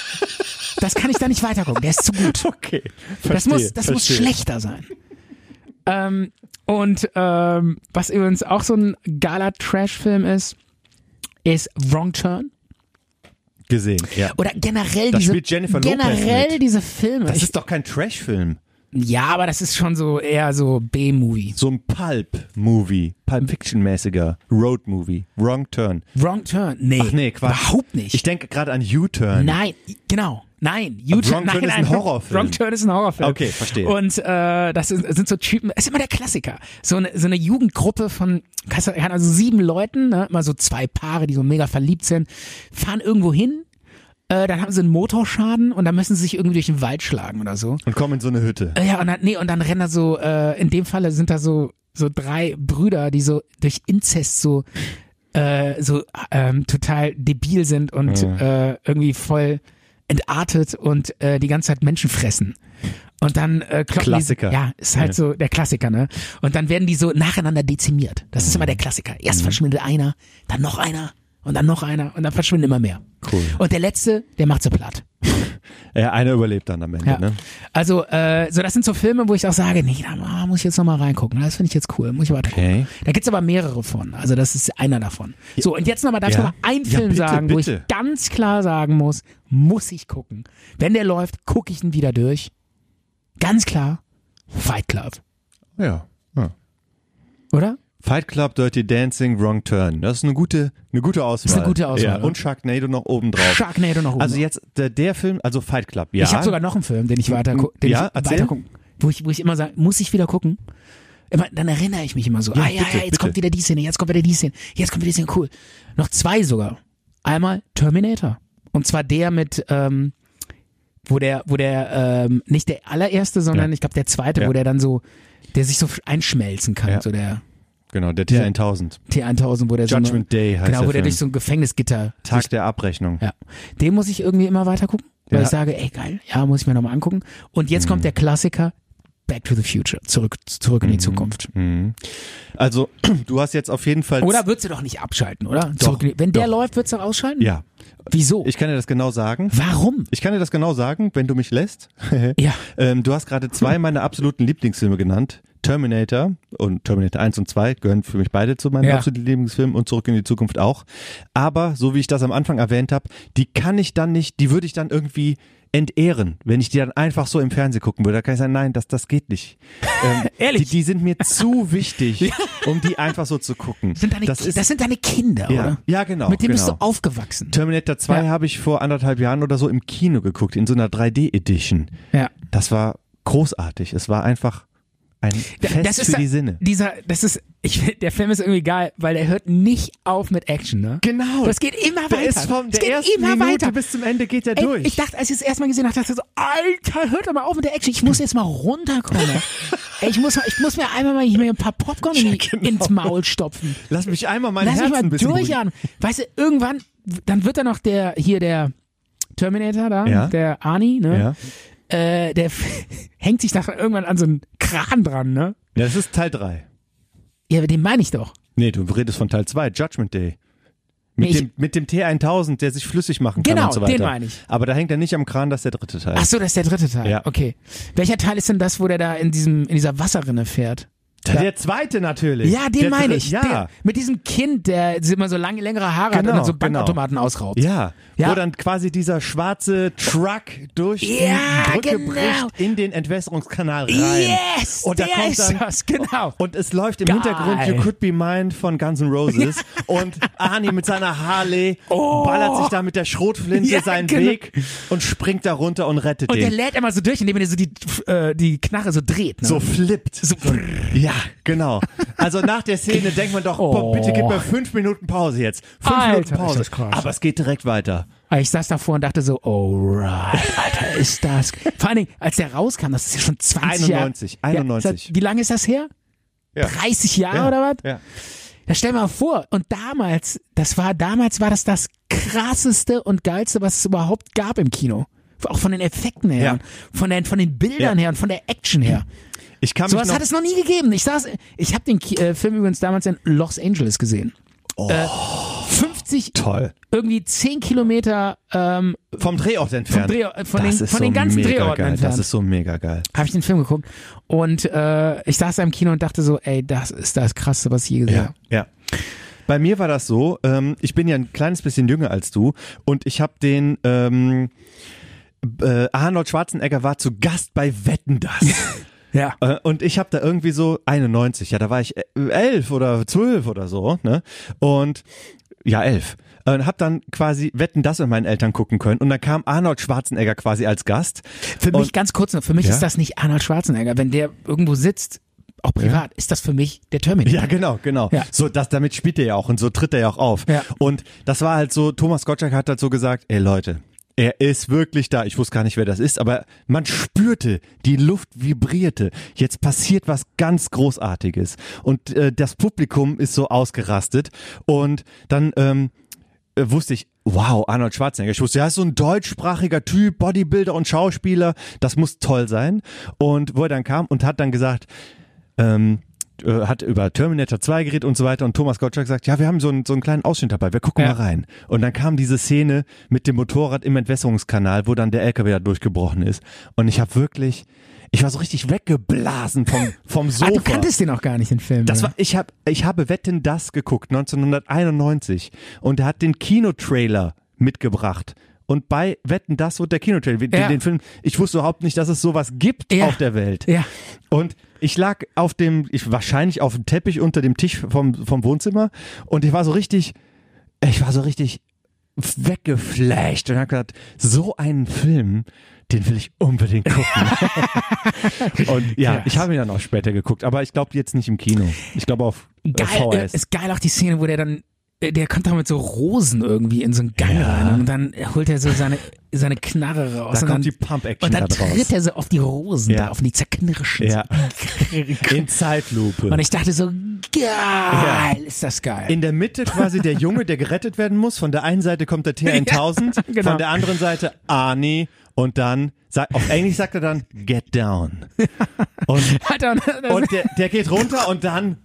Das kann ich da nicht weitergucken. Der ist zu gut.
Okay.
Das muss, das muss schlechter sein. ähm, und ähm, was übrigens auch so ein geiler Trash-Film ist, ist Wrong Turn.
Gesehen, ja.
Oder generell
Da
diese
spielt Jennifer Lopez
generell
mit.
diese Filme.
Das
Ich-
ist doch kein Trash-Film.
ja, aber das ist schon so eher so B-Movie.
So ein Pulp-Movie. Pulp-Fiction-mäßiger. Road-Movie. Wrong Turn.
Wrong Turn. Nee.
Ach nee, Quatsch.
Überhaupt nicht.
Ich denke gerade an U-Turn.
Nein, genau. Nein, U-Turn
Wrong Turn
nein,
ist
nein.
ein Horrorfilm.
Wrong Turn ist ein Horrorfilm.
Okay, verstehe.
Und äh, das sind, sind so Typen, ist immer der Klassiker. So eine, so eine Jugendgruppe von, kannst du- kann also sieben Leuten, ne? immer so zwei Paare, die so mega verliebt sind, fahren irgendwo hin, äh, dann haben sie einen Motorschaden und dann müssen sie sich irgendwie durch den Wald schlagen oder so.
Und komm in so eine Hütte.
Äh, Ja, und dann, nee, und dann rennen da so, äh, in dem Falle sind da so, so drei Brüder, die so durch Inzest so, äh, so ähm, total debil sind und
Mhm.
äh, irgendwie voll entartet und äh, die ganze Zeit Menschen fressen. Und dann äh, kloppen
Klassiker.
Die, ja, ist halt so der Klassiker, ne? Und dann werden die so nacheinander dezimiert. Das
Mhm.
ist immer der Klassiker. Erst verschwindet einer, dann noch einer und dann noch einer und dann verschwinden immer mehr.
Cool.
Und der letzte, der macht so platt.
Ja, einer überlebt dann am Ende,
Ja.
ne?
Also, äh, so das sind so Filme, wo ich auch sage, nee, da ah, muss ich jetzt nochmal reingucken. Das finde ich jetzt cool. Muss ich weiter gucken.
Okay.
Da gibt's aber mehrere von. Also, das ist einer davon. So, und jetzt nochmal, darf ich
Ja.
nochmal einen
Ja,
Film
bitte,
sagen, wo ich
bitte.
ganz klar sagen muss, muss ich gucken. Wenn der läuft, gucke ich ihn wieder durch. Ganz klar, Fight Club,
Ja. ja.
oder?
Fight Club, Dirty Dancing, Wrong Turn. Das ist eine gute, eine gute Auswahl.
Ist eine gute Auswahl,
Ja.
ne?
Und Sharknado noch oben drauf.
Sharknado noch oben
Also
drauf.
jetzt der, der Film, also Fight Club. Ja. Hm,
Ich habe sogar noch einen Film, den ich weiter gu- den
Ja,
ich
erzähl.
weiter gucken, wo ich wo ich immer sage, muss ich wieder gucken. Immer, dann erinnere ich mich immer so. ah
bitte,
ja, ja, jetzt
bitte.
kommt wieder die Szene, jetzt kommt wieder die Szene, jetzt kommt wieder die Szene, cool. Noch zwei sogar. Einmal Terminator und zwar der mit ähm, wo der wo der ähm, nicht der allererste, sondern
Ja.
ich glaube der zweite,
Ja.
wo der dann so der sich so einschmelzen kann,
Ja.
so der
Genau, der T1000.
T1000, wo der so eine,
Judgment Day heißt
genau,
der
wo
Film.
der durch so ein Gefängnisgitter
Tag der Abrechnung.
ja. Den muss ich irgendwie immer weiter gucken, weil
Ja. Mhm.
ich sage, ey geil, ja, muss ich mir nochmal angucken. Und jetzt kommt der Klassiker Back to the Future, zurück, zurück in die Zukunft.
Mhm. Also, du hast jetzt auf jeden Fall.
Oder würdest du doch nicht abschalten, oder? Zurück in die, wenn der
doch.
läuft, würdest du doch ausschalten?
Ja.
Wieso?
Ich kann dir das genau sagen.
Warum?
Ich kann dir das genau sagen, wenn du mich lässt.
Ja.
Ähm, du hast gerade zwei meiner absoluten Lieblingsfilme genannt. Terminator und Terminator 1 und 2 gehören für mich beide zu meinen
Ja.
absoluten Lieblingsfilmen und zurück in die Zukunft auch. Aber so wie ich das am Anfang erwähnt habe, die kann ich dann nicht, die würde ich dann irgendwie entehren, wenn ich die dann einfach so im Fernsehen gucken würde. Da kann ich sagen, nein, das, das geht nicht. Ähm,
Ehrlich?
Die, die sind mir zu wichtig, um die einfach so zu gucken.
Sind deine,
das
Ki-
ist,
das sind deine Kinder,
Ja.
oder?
Ja, genau,
Mit dem bist du
genau.
aufgewachsen.
Terminator 2
Ja.
habe ich vor anderthalb Jahren oder so im Kino geguckt, in so einer 3D-Edition.
ja.
Das war großartig. Es war einfach ein
Da-
Fest
das ist
für
da-
die Sinne.
Dieser, das ist, ich, find, der Film ist irgendwie geil, weil der hört nicht auf mit Action, ne?
Genau.
Das geht immer weiter. das geht immer weiter.
zum Ende geht er
Ey, Ich dachte, als ich es erstmal gesehen habe, dachte ich so, Alter, hört doch mal auf mit der Action. Ich muss jetzt mal runterkommen. Ey, ich, muss, mal- ich muss mir einmal mal ich mir ein paar Popcorn in die, ins Maul stopfen.
Lass mich einmal mein
Lass
Herz
mich mal
genau. ein bisschen beruhigen.
durchatmen. Weißt du, irgendwann, dann wird da noch der, hier der Terminator da,
Ja.
der Arnie, ne?
Ja.
Äh, der f- hängt sich dann irgendwann an so einen Kran dran, ne?
Ja, das ist Teil 3.
Ja, aber den meine ich doch.
Nee, du redest von Teil 2, Judgment Day. Mit,
Ich-
dem, mit dem T1000, der sich flüssig machen kann
Genau,
und so weiter.
den meine ich.
Aber da hängt er nicht am Kran, das ist der dritte Teil.
Ach so, das ist der dritte Teil.
Ja.
Okay. Welcher Teil ist denn das, wo der da in diesem in dieser Wasserrinne fährt?
Der zweite natürlich.
Ja, den
Der
meine
dri-
ich.
Ja.
Der, mit diesem Kind, der immer so lange, längere Haare hat
Genau,
und dann so
genau.
Bankautomaten ausraubt.
Ja,
Ja.
wo dann quasi dieser schwarze Truck durch
Ja,
die Brücke
genau.
bricht in den Entwässerungskanal rein.
Yes!
und da
der
kommt
ist
dann, Oh,
das, genau.
Und es läuft im
Geil.
Hintergrund You Could Be Mine von Guns N' Roses und Arnie mit seiner Harley ballert sich da mit der Schrotflinte
Oh. Ja,
seinen
genau.
Weg und springt da runter und rettet
Und der
den.
lädt immer so durch, indem er so die, äh, die Knarre so dreht. Ne?
So flippt.
So-
ja, genau. Also nach der Szene denkt man doch, boah, bitte gib mir fünf Minuten Pause jetzt. Fünf
Oh. Alter,
Minuten
ist
Pause.
das krass.
Aber es geht direkt weiter.
Aber Ich saß davor und dachte so, oh right, Alter, ist das. Vor allen Dingen, als der rauskam, das ist ja schon 20 Jahre.
91, 91.
Ja, seit- wie lange ist das her?
Ja.
30 Jahre oder was?
Ja.
Da stell mal vor, und damals, das war, damals war das das krasseste und geilste, was es überhaupt gab im Kino. Auch von den Effekten her,
Ja.
und von den, von den Bildern
Ja.
her und von der Action her.
Ich kann
Sowas
mich noch,
hat es noch nie gegeben. Ich saß, ich habe den Ki äh, Film übrigens damals in Los Angeles gesehen.
Oh.
Äh, 50,
toll.
irgendwie 10 Kilometer ähm,
Vom Drehort entfernt.
Dreh- äh, von
das
den-
ist
von
so
den ganzen
mega
Drehorten
geil.
entfernt.
Das ist so mega geil.
habe ich den Film geguckt und äh, ich saß da im Kino und dachte so, ey, das ist das Krasseste, was ich je gesehen habe.
ja. Bei mir war das so, ähm, ich bin ja ein kleines bisschen jünger als du und ich habe den ähm, äh, Arnold Schwarzenegger war zu Gast bei Wetten das.
Ja.
Äh, Und ich habe da irgendwie so 91, ja, da war ich äh, elf oder zwölf oder so, ne? Und ja, elf. Äh, Und hab dann quasi Wetten das mit meinen Eltern gucken können. Und dann kam Arnold Schwarzenegger quasi als Gast.
Für mich, ganz kurz nur, für mich
Ja?
ist das nicht Arnold Schwarzenegger. Wenn der irgendwo sitzt, auch privat, ist das für mich der Terminator.
Ja, genau, genau.
Ja.
So, das, damit spielt er ja auch und so tritt er ja auch auf.
Ja.
Und das war halt so, Thomas Gottschalk hat halt so gesagt, ey Leute, er ist wirklich da. Ich wusste gar nicht, wer das ist, aber man spürte, die Luft vibrierte. Jetzt passiert was ganz Großartiges. Und äh, das Publikum ist so ausgerastet. Und dann ähm, äh, wusste ich, wow, Arnold Schwarzenegger. Ich wusste, er ist so ein deutschsprachiger Typ, Bodybuilder und Schauspieler. Das muss toll sein. Und wo er dann kam und hat dann gesagt, ähm, äh, hat über Terminator 2 geredet und so weiter und Thomas Gottschalk sagt, ja, wir haben so einen, so einen kleinen Ausschnitt dabei, wir gucken
Ja.
mal rein. Und dann kam diese Szene mit dem Motorrad im Entwässerungskanal, wo dann der LKW da durchgebrochen ist. Und ich habe wirklich, ich war so richtig weggeblasen vom, vom Sofa.
ah, du kanntest den auch gar nicht, den Film.
Das
oder?
war, ich, hab, ich habe Wetten das geguckt, 1991. Und er hat den Kinotrailer mitgebracht. Und bei Wetten, das wird der Kinotrailer. Den,
Ja.
den Film, ich wusste überhaupt nicht, dass es sowas gibt
Ja.
auf der Welt.
Ja.
Und ich lag auf dem, ich, wahrscheinlich auf dem Teppich unter dem Tisch vom, vom Wohnzimmer und ich war so richtig, ich war so richtig weggeflasht und hab gedacht, so einen Film, den will ich unbedingt gucken. und ja,
Krass.
ich habe ihn dann auch später geguckt, aber ich glaube jetzt nicht im Kino. Ich glaube auf äh,
Geil, äh,
VHS.
ist geil auch die Szene, wo der dann, äh, der kommt doch mit so Rosen irgendwie in so einen Gang rein und dann holt er so seine, seine Knarre raus.
Da
und dann,
kommt die Pump-Action
Und dann
da draus.
tritt er so auf die Rosen
Ja.
da, auf die zerknirschten.
Ja.
so.
In Zeitlupe.
Und ich dachte so, geil, ist das geil.
In der Mitte quasi der Junge, der gerettet werden muss. Von der einen Seite kommt der T1000,
Ja, genau.
von der anderen Seite Arnie und dann, sa- auf Englisch sagt er dann, get down. Und,
Alter, das,
und der, der geht runter und dann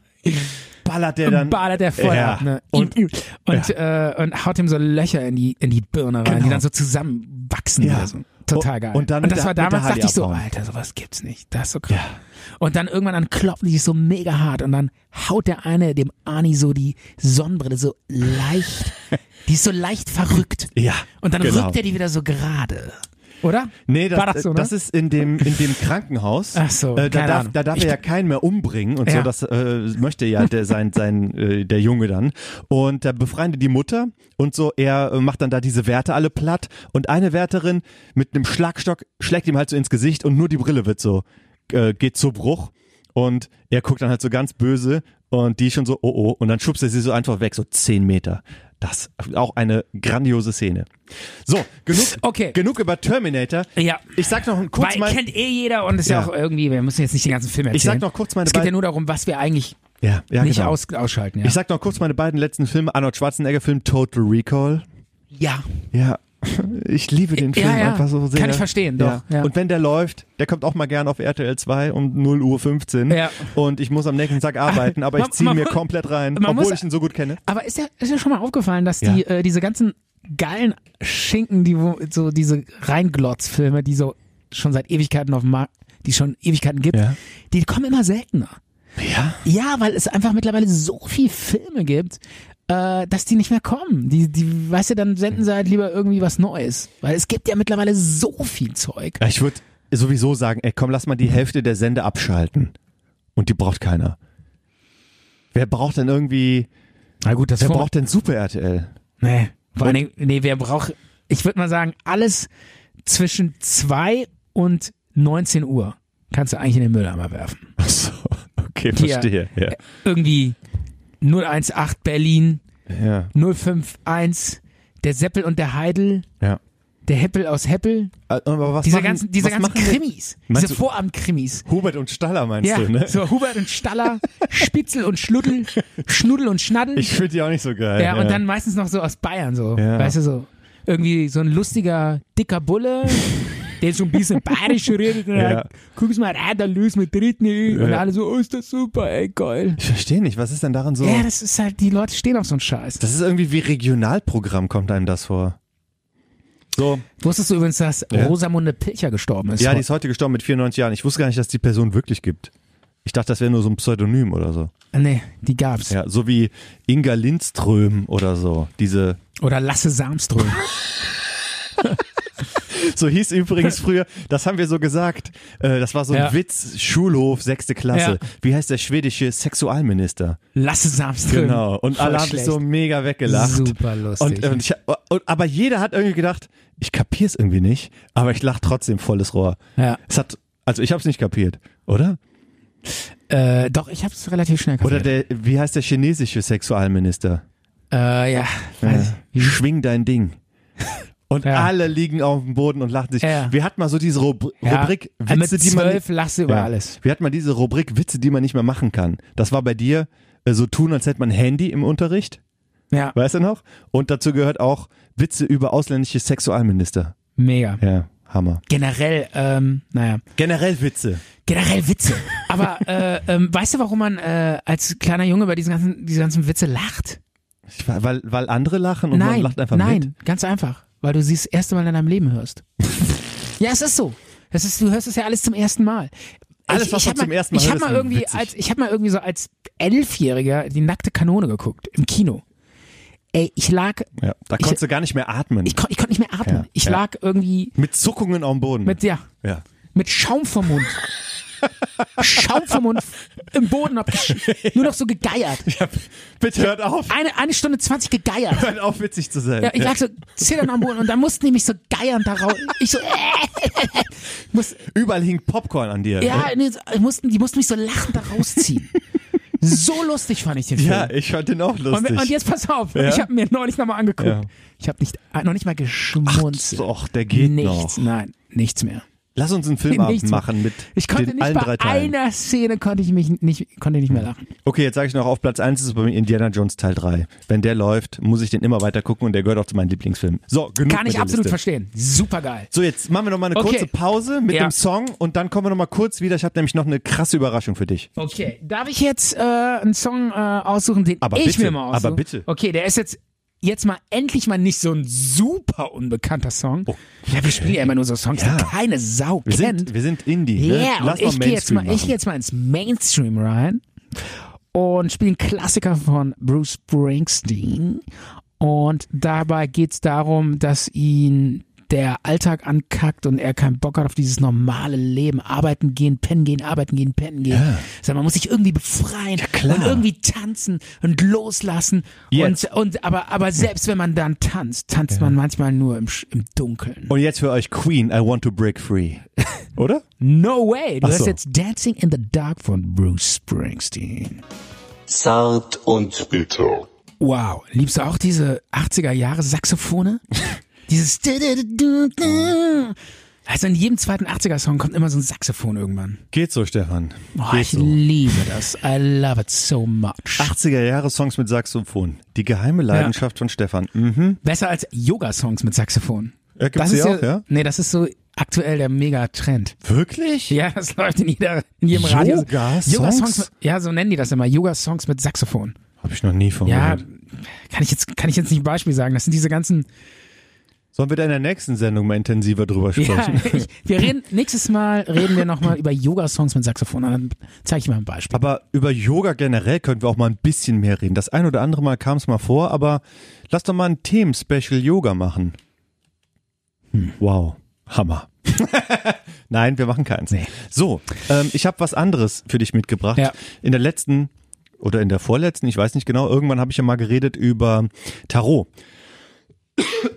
ballert der dann.
ballert der voll
Ja.
ab, ne?
Und-
und, und, äh, und haut ihm so Löcher in die, in die Birne rein, die dann so zusammenwachsen.
Genau. Ja.
oder so. Total
Und-
geil.
und dann mit
das
der-
war
mit der
damals,
Harley
dachte ich so,
abhauen.
Alter, sowas gibt's nicht. Das ist so krass. Und dann irgendwann dann klopfen die sich so mega hart und dann haut der eine dem Ani so die Sonnenbrille so leicht, die ist so leicht verrückt.
Ja,
Und dann
genau.
rückt er die wieder so gerade. Oder?
Nee, das,
War das so, ne?
das ist in dem, in dem Krankenhaus.
Ach so,
äh, da,
keine
darf,
Ahnung.
da darf
Ich-
er ja keinen mehr umbringen und so,
Ja.
das äh, möchte ja der, sein, sein, äh, der Junge dann. Und da befreien die die Mutter und so, er äh, macht dann da diese Wärter alle platt und eine Wärterin mit einem Schlagstock schlägt ihm halt so ins Gesicht und nur die Brille wird so, äh, geht zu Bruch und er guckt dann halt so ganz böse und die schon so, oh oh, und dann schubst er sie so einfach weg, so zehn Meter. Das auch eine grandiose Szene. So, genug,
Okay.
genug über Terminator.
Ja.
Ich sag noch ein kurz
Weil
mein,
kennt eh jeder und ist ja.
Ja.
auch irgendwie, wir müssen jetzt nicht den ganzen Film erzählen.
Ich sag noch kurz meine
Es geht ja
beiden-
nur darum, was wir eigentlich
ja, ja,
nicht
genau.
aus, ausschalten. Ja.
Ich sag noch kurz meine beiden letzten Filme, Arnold Schwarzenegger Film Total Recall.
ja.
Ja. Ich liebe den
Ja,
Film
ja.
einfach so sehr.
Kann ich verstehen, doch. Ja.
Und wenn der läuft, der kommt auch mal gern auf RTL 2 um 0 Uhr 15
Ja.
und ich muss am nächsten Tag arbeiten, aber ich
Man-
ziehe
man
mir
muss-
komplett rein,
man
obwohl
muss-
ich ihn so gut kenne.
Aber ist ja, ist ja schon mal aufgefallen, dass
Ja.
die äh, diese ganzen geilen Schinken, die wo, so diese Reinglotz-Filme, die so schon seit Ewigkeiten auf dem Markt, die schon Ewigkeiten gibt,
Ja.
die kommen immer seltener.
Ja.
Ja, weil es einfach mittlerweile so viel Filme gibt, äh, dass die nicht mehr kommen. Die, die, weißt du, dann senden sie halt lieber irgendwie was Neues. Weil es gibt ja mittlerweile so viel Zeug.
Ich würde sowieso sagen, ey, komm, lass mal die Hälfte der Sende abschalten. Und die braucht keiner. Wer braucht denn irgendwie,
Na gut, das
wer braucht denn Super RTL?
Nee. Vor allen Dingen, nee, wer braucht, ich würde mal sagen, alles zwischen 2 und 19 Uhr kannst du eigentlich in den Mülleimer werfen.
Ach so, okay,
Hier.
verstehe. Ja.
Irgendwie 018 Berlin,
Ja.
051, der Seppel und der Heidel,
ja.
der Heppel aus Heppel,
Äh, Aber was
diese
machen,
ganzen, diese
was
ganzen
machen wir-
Krimis,
Meinst
diese
du-
Vorabendkrimis.
Hubert und Staller meinst
Ja,
du, ne?
so Hubert und Staller, Spitzel und Schluddel, Schnuddel und Schnadden.
Ich finde die auch nicht so geil.
Ja, und dann meistens noch so aus Bayern, so.
Ja.
Weißt du, so. Irgendwie so ein lustiger, dicker Bulle, der so ein bisschen bayerisch redet. Und
Ja.
sagt, Guck's mal rein, da löst mit dritten. Ja. Und
Ja.
alle so, oh, ist das super, ey, geil.
Ich verstehe nicht, was ist denn daran so?
Ja, das ist halt, die Leute stehen auf so einen Scheiß.
das ist irgendwie wie Regionalprogramm, kommt einem das vor. So,
Wusstest du übrigens, dass
Ja.
Rosamunde Pilcher gestorben ist?
ja, die ist heute gestorben mit 94 Jahren. Ich wusste gar nicht, dass die Person wirklich gibt. Ich dachte, das wäre nur so ein Pseudonym oder so.
Nee, die gab's.
Ja, so wie Inga Lindström oder so. Diese
Oder Lasse Samström.
So hieß übrigens früher, das haben wir so gesagt. Äh, das war so ein
Ja.
Witz, Schulhof, sechste Klasse.
Ja.
Wie heißt der schwedische Sexualminister?
Lasse Samström.
Genau. Und alle
Voll
haben sich
schlecht.
so mega weggelacht.
Super lustig.
Und, ähm, und ich, und, aber jeder hat irgendwie gedacht, ich kapier's irgendwie nicht, aber ich lach trotzdem volles Rohr.
Ja.
Es hat, also ich hab's nicht kapiert, oder?
Äh, doch, ich hab's relativ schnell
Oder
kapiert.
der, wie heißt der chinesische Sexualminister?
äh, ja. Weiß ich.
Schwing dein Ding. Und
Ja.
alle liegen auf dem Boden und lachen sich.
Ja.
Wir hatten mal so diese Rubri
Ja.
Rubrik
Äh,
Witze,
mit
die man
zwölf Lasse über
Ja.
alles.
Wir hatten mal diese Rubrik Witze, die man nicht mehr machen kann. Das war bei dir äh, so tun, als hätte man ein Handy im Unterricht,
Ja,
weißt du noch? Und dazu gehört auch Witze über ausländische Sexualminister.
mega.
Ja, Hammer.
Generell, ähm, naja,
Generell Witze.
generell Witze. Aber äh, ähm, weißt du, warum man äh, als kleiner Junge bei diesen ganzen, diese ganzen Witze lacht?
Ich, weil, weil andere lachen und man
nein,
lacht einfach
nein,
mit.
ganz einfach, weil du sie das erste Mal in deinem Leben hörst. ja, es ist so. Das ist, du hörst es ja alles zum ersten Mal.
Alles,
ich,
was
ich
man
hab mal-
zum ersten Mal
ich
hört,
hab
ist
mal irgendwie
witzig.
als ich habe mal irgendwie so als Elfjähriger die nackte Kanone geguckt im Kino. ey, ich lag,
Ja, da
Ich-
konntest du gar nicht mehr atmen.
ich, kon, ich konnte nicht mehr atmen.
Ja,
ich
ja.
lag irgendwie
mit Zuckungen am Boden.
mit, ja,
ja.
mit Schaum vom Mund. Schaum vom Mund im Boden hab ich nur noch so gegeiert.
ja. Bitte hört auf.
Eine, eine Stunde 20 gegeiert.
Hört auf, witzig zu sein.
Ja, ich
Ja.
lag so zitternd am Boden und dann mussten die mich so geiern da raus. Ich so, äh, muss,
Überall hing Popcorn an dir.
ja, nee, so, ich mussten, die mussten mich so lachend da rausziehen. So lustig fand ich den Film.
ja ich fand den auch
und,
lustig.
und jetzt pass auf,
Ja?
ich habe mir neulich nochmal angeguckt.
Ja.
Ich habe nicht, äh, noch nicht mal geschmunzelt.
Och, der geht
nichts,
noch.
nein, nichts mehr.
Lass uns einen Filmabend
Nichts mehr.
machen mit
Ich konnte
den
nicht
allen
bei
drei Teilen.
einer Szene konnte ich mich nicht, konnte nicht mehr lachen.
Okay, jetzt sage ich noch, auf Platz 1 ist bei mir Indiana Jones Teil 3. Wenn der läuft, muss ich den immer weiter gucken und der gehört auch zu meinen Lieblingsfilmen. So, genug
Kann
mit
ich
der
absolut
Liste.
verstehen. Super geil.
So, jetzt machen wir noch mal eine
Okay.
kurze Pause mit
Ja.
dem Song und dann kommen wir noch mal kurz wieder. Ich habe nämlich noch eine krasse Überraschung für dich.
Okay, darf ich jetzt äh, einen Song äh, aussuchen, den
Aber
ich
bitte,
mir mal aussuche?
aber bitte.
Okay, der ist jetzt jetzt mal endlich mal nicht so ein super unbekannter Song.
Oh.
Ja, wir spielen ja immer nur so Songs,
Ja.
die keine Sau
Wir
kennt.
sind, wir sind Indie.
Ja,
ne? Lass
und ich
mal
gehe jetzt,
Mainstream
mal- ich geh
machen.
jetzt mal ins Mainstream rein und spiele einen Klassiker von Bruce Springsteen. Und dabei geht's darum, dass ihn der Alltag ankackt und er keinen Bock hat auf dieses normale Leben. Arbeiten gehen, pennen gehen, arbeiten gehen, pennen gehen. Sag, man muss sich irgendwie befreien
klar.
und irgendwie tanzen und loslassen.
Jetzt.
Und, und, aber, aber selbst wenn man dann tanzt, tanzt man manchmal nur im, Sch- im Dunkeln.
Und jetzt für euch Queen, I Want to Break Free. Oder?
No way. Du
Ach
hast
so.
jetzt Dancing in the Dark von Bruce Springsteen.
Zart und bitter.
Wow. Liebst du auch diese 80er Jahre Saxophone? Dieses Also in jedem zweiten 80er Song kommt immer so ein Saxophon irgendwann.
Geht so, Stefan.
Oh,
Geht
ich
so.
liebe das. I love it so much.
80er-Jahre-Songs mit Saxophon. Die geheime Leidenschaft von Stefan. Mhm.
Besser als Yoga Songs mit Saxophon.
Ja, gibt's
das
die
ist
auch, ja?
Nee, das ist so aktuell der Mega Trend.
Wirklich?
Ja, das läuft in jeder in jedem Radio.
Yoga-Songs?
Yoga-Songs mit- Ja, so nennen die das immer. Yoga Songs mit Saxophon.
Habe ich noch nie von
Ja,
gehört.
kann ich jetzt, kann ich jetzt nicht ein Beispiel sagen. Das sind diese ganzen.
Sollen wir da in der nächsten Sendung mal intensiver drüber
Ja,
sprechen?
ich, wir reden, nächstes Mal reden wir nochmal über Yoga-Songs mit Saxophon. Und Dann zeige ich mal ein Beispiel.
Aber über Yoga generell könnten wir auch mal ein bisschen mehr reden. Das ein oder andere Mal kam es mal vor, aber lass doch mal ein Themen-Special Yoga machen. Hm, Wow, Hammer. Nein, wir machen keins.
Nee.
So, ähm, ich habe was anderes für dich mitgebracht.
Ja.
In der letzten oder in der vorletzten, ich weiß nicht genau, irgendwann habe ich ja mal geredet über Tarot.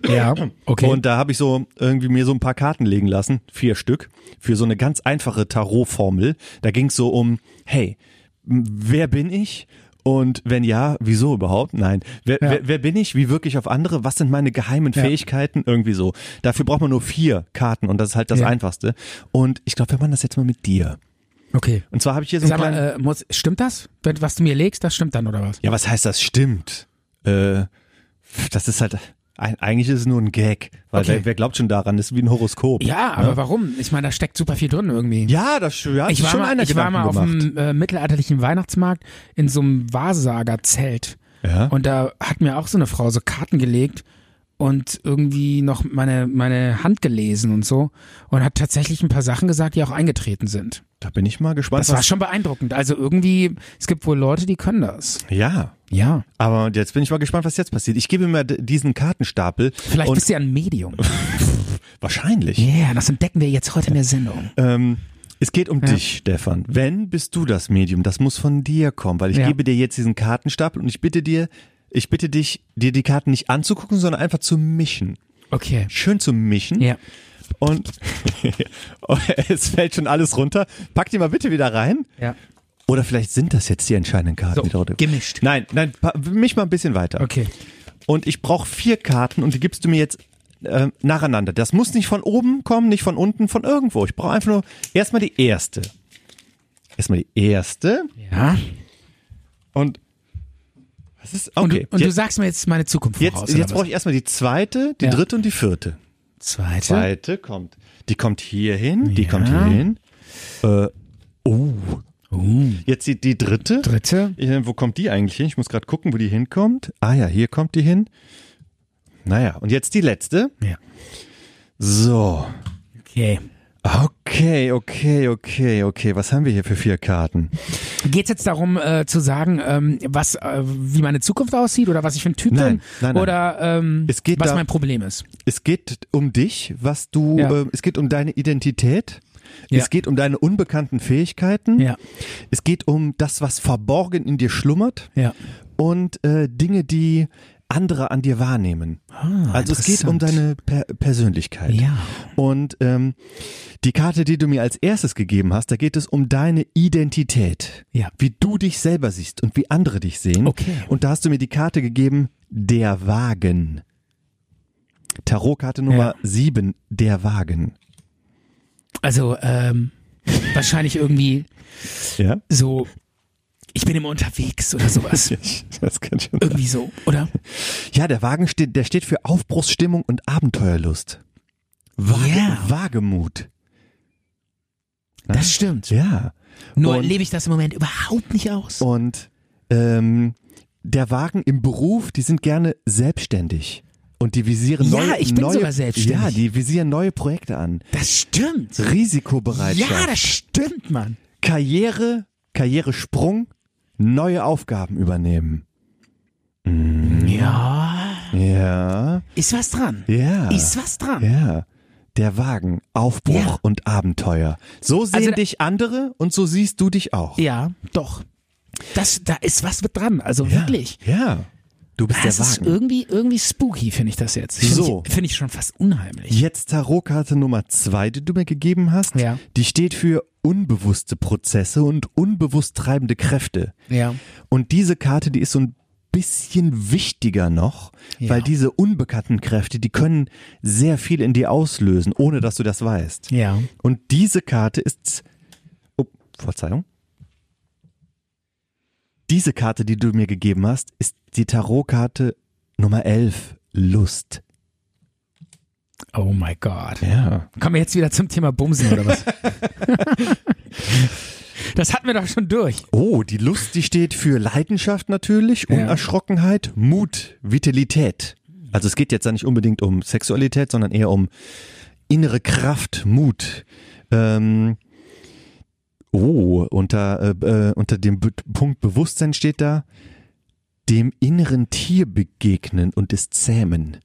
Ja, okay.
Und da habe ich so irgendwie mir so ein paar Karten legen lassen, vier Stück, für so eine ganz einfache Tarot-Formel. Da ging es so um, hey, m- wer bin ich? Und wenn ja, wieso überhaupt? Nein. Wer,
Ja.
wer, wer bin ich? Wie wirke ich auf andere? Was sind meine geheimen
Ja.
Fähigkeiten? Irgendwie so. Dafür braucht man nur vier Karten und das ist halt das
Ja.
Einfachste. Und ich glaube, wir machen das jetzt mal mit dir.
okay.
Und zwar habe ich hier so einen
Sag
kleinen...
mal, äh, muss, stimmt das? Wenn- Was du mir legst, das stimmt dann, oder was?
ja, was heißt das stimmt? Äh, das ist halt... ein- Eigentlich ist es nur ein Gag, weil
Okay.
wer, wer glaubt schon daran? Das ist wie ein Horoskop.
Ja, aber warum? Ich meine, da steckt super viel drin irgendwie.
Ja, das sch- ja,
ich
sich
war
schon
mal,
einer
ich war
Gedanken
mal auf
gemacht.
einem äh, mittelalterlichen Weihnachtsmarkt in so einem Wahrsagerzelt.
Ja.
Und da hat mir auch so eine Frau so Karten gelegt und irgendwie noch meine, meine Hand gelesen und so und hat tatsächlich ein paar Sachen gesagt, die auch eingetreten sind.
Da bin ich mal gespannt.
Das war schon beeindruckend. Also irgendwie, es gibt wohl Leute, die können das.
ja,
Ja.
aber jetzt bin ich mal gespannt, was jetzt passiert. Ich gebe mir d- diesen Kartenstapel
Vielleicht
und
bist du ja ein Medium.
wahrscheinlich.
Yeah, das entdecken wir jetzt heute in der Sendung.
Ähm, es geht um dich, Stefan. Wenn bist du das Medium, das muss von dir kommen, weil ich
Ja.
gebe dir jetzt diesen Kartenstapel und ich bitte dir, ich bitte dich, dir die Karten nicht anzugucken, sondern einfach zu mischen.
Okay.
Schön zu mischen.
Ja.
Und Oh, es fällt schon alles runter. Pack die mal bitte wieder rein.
Ja.
Oder vielleicht sind das jetzt die entscheidenden Karten.
So,
die da drunter-
gemischt.
Nein, nein, pa- misch mal ein bisschen weiter.
Okay.
Und ich brauche vier Karten und die gibst du mir jetzt äh, nacheinander. Das muss nicht von oben kommen, nicht von unten, von irgendwo. Ich brauche einfach nur erstmal die erste. Erstmal die erste.
Ja.
Und was ist
Und,
okay.
du, und du
jetzt
sagst mir jetzt meine Zukunft voraus.
jetzt,
oder
jetzt
was?
brauche ich erstmal die zweite, die
Ja.
dritte und die vierte.
zweite.
Zweite kommt. Die kommt hier hin, die
Ja.
kommt hier hin. Äh, oh. Jetzt die, die dritte.
Dritte.
Äh, Wo kommt die eigentlich hin? Ich muss gerade gucken, wo die hinkommt. Ah ja, hier kommt die hin. Naja, und jetzt die letzte.
Ja.
So.
Okay.
Okay, okay, okay, okay. Was haben wir hier für vier Karten?
Geht es jetzt darum äh, zu sagen, ähm, was, äh, wie meine Zukunft aussieht oder was ich für ein Typ
Nein,
bin
nein, nein.
oder ähm,
Es geht
was
da-
mein Problem ist?
Es geht um dich, was du,
Ja.
äh, es geht um deine Identität.
Ja.
Es geht um deine unbekannten Fähigkeiten.
Ja.
Es geht um das, was verborgen in dir schlummert.
Ja.
Und äh, Dinge, die andere an dir wahrnehmen. also es geht um
Ah, interessant.
deine per Persönlichkeit.
Ja.
Und ähm, die Karte, die du mir als erstes gegeben hast, da geht es um deine Identität.
Ja.
Wie du dich selber siehst und wie andere dich sehen.
Okay.
Und da hast du mir die Karte gegeben, der Wagen. Tarotkarte Nummer
Ja.
sieben, der Wagen.
Also ähm, wahrscheinlich irgendwie
Ja?
so, ich bin immer unterwegs oder sowas.
Das kann schon
irgendwie so, oder?
Ja, der Wagen steht, der steht für Aufbruchsstimmung und Abenteuerlust. Wage,
Ja.
Wagemut.
Das stimmt.
Ja.
Nur
Und-
lebe ich das im Moment überhaupt nicht aus.
Und ähm, der Wagen im Beruf, die sind gerne selbstständig. Und die visieren
Ja,
neue,
ich bin
neue,
sogar selbstständig.
Ja, die visieren neue Projekte an.
Das stimmt.
Risikobereitschaft.
Ja, das stimmt, Mann.
Karriere, Karrieresprung, neue Aufgaben übernehmen.
Ja.
Ja,
Ist was dran.
ja.
Ist was dran.
Ja. Der Wagen, Aufbruch
Ja.
und Abenteuer. So sehen
Also da-
dich andere und so siehst du dich auch.
Ja, doch. Das, da ist was mit dran. Also wirklich.
Ja. Du bist
Das
der
ist
Wagen.
irgendwie, irgendwie spooky, finde ich das jetzt. Finde
So.
ich, finde ich schon fast unheimlich.
Jetzt Tarotkarte Nummer zwei, die du mir gegeben hast.
Ja.
Die steht für unbewusste Prozesse und unbewusst treibende Kräfte.
Ja.
Und diese Karte, die ist so ein bisschen wichtiger noch,
Ja.
weil diese unbekannten Kräfte, die können sehr viel in dir auslösen, ohne dass du das weißt.
Ja.
Und diese Karte ist. Oh, Verzeihung. Diese Karte, die du mir gegeben hast, ist die Tarotkarte Nummer 11, Lust.
Oh my God.
Ja.
Kommen wir jetzt wieder zum Thema Bumsen oder was? das hatten wir doch schon durch.
Oh, die Lust, die steht für Leidenschaft natürlich,
Ja.
Unerschrockenheit, Mut, Vitalität. Also es geht jetzt da nicht unbedingt um Sexualität, sondern eher um innere Kraft, Mut. Ähm, oh, unter, äh, äh, unter dem Be Punkt Bewusstsein steht da, dem inneren Tier begegnen und es zähmen.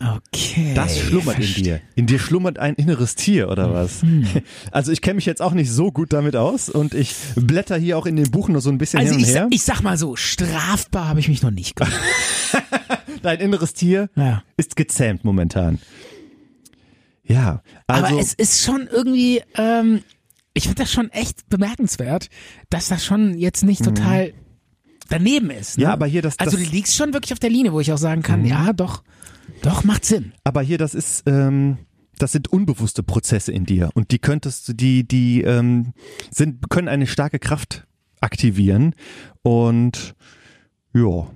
Okay.
Das schlummert in dir. In dir schlummert ein inneres Tier oder
Mhm.
was? Also ich kenne mich jetzt auch nicht so gut damit aus und ich blätter hier auch in den Buchen nur so ein bisschen
Also
hin und
ich,
her.
ich sag mal so, strafbar habe ich mich noch nicht gemacht.
Dein inneres Tier
Ja.
ist gezähmt momentan. Ja, also
Aber es ist schon irgendwie, ähm, ich finde das schon echt bemerkenswert, dass das schon jetzt nicht total daneben ist. Ne?
Mhm. Ja, aber hier das-
Also
das- Mhm.
du liegst schon wirklich auf der Linie, wo ich auch sagen kann, ja, doch, doch, macht Sinn.
aber hier das ist ähm, das sind unbewusste Prozesse in dir und die könntest du die die ähm, sind können eine starke Kraft aktivieren und ja,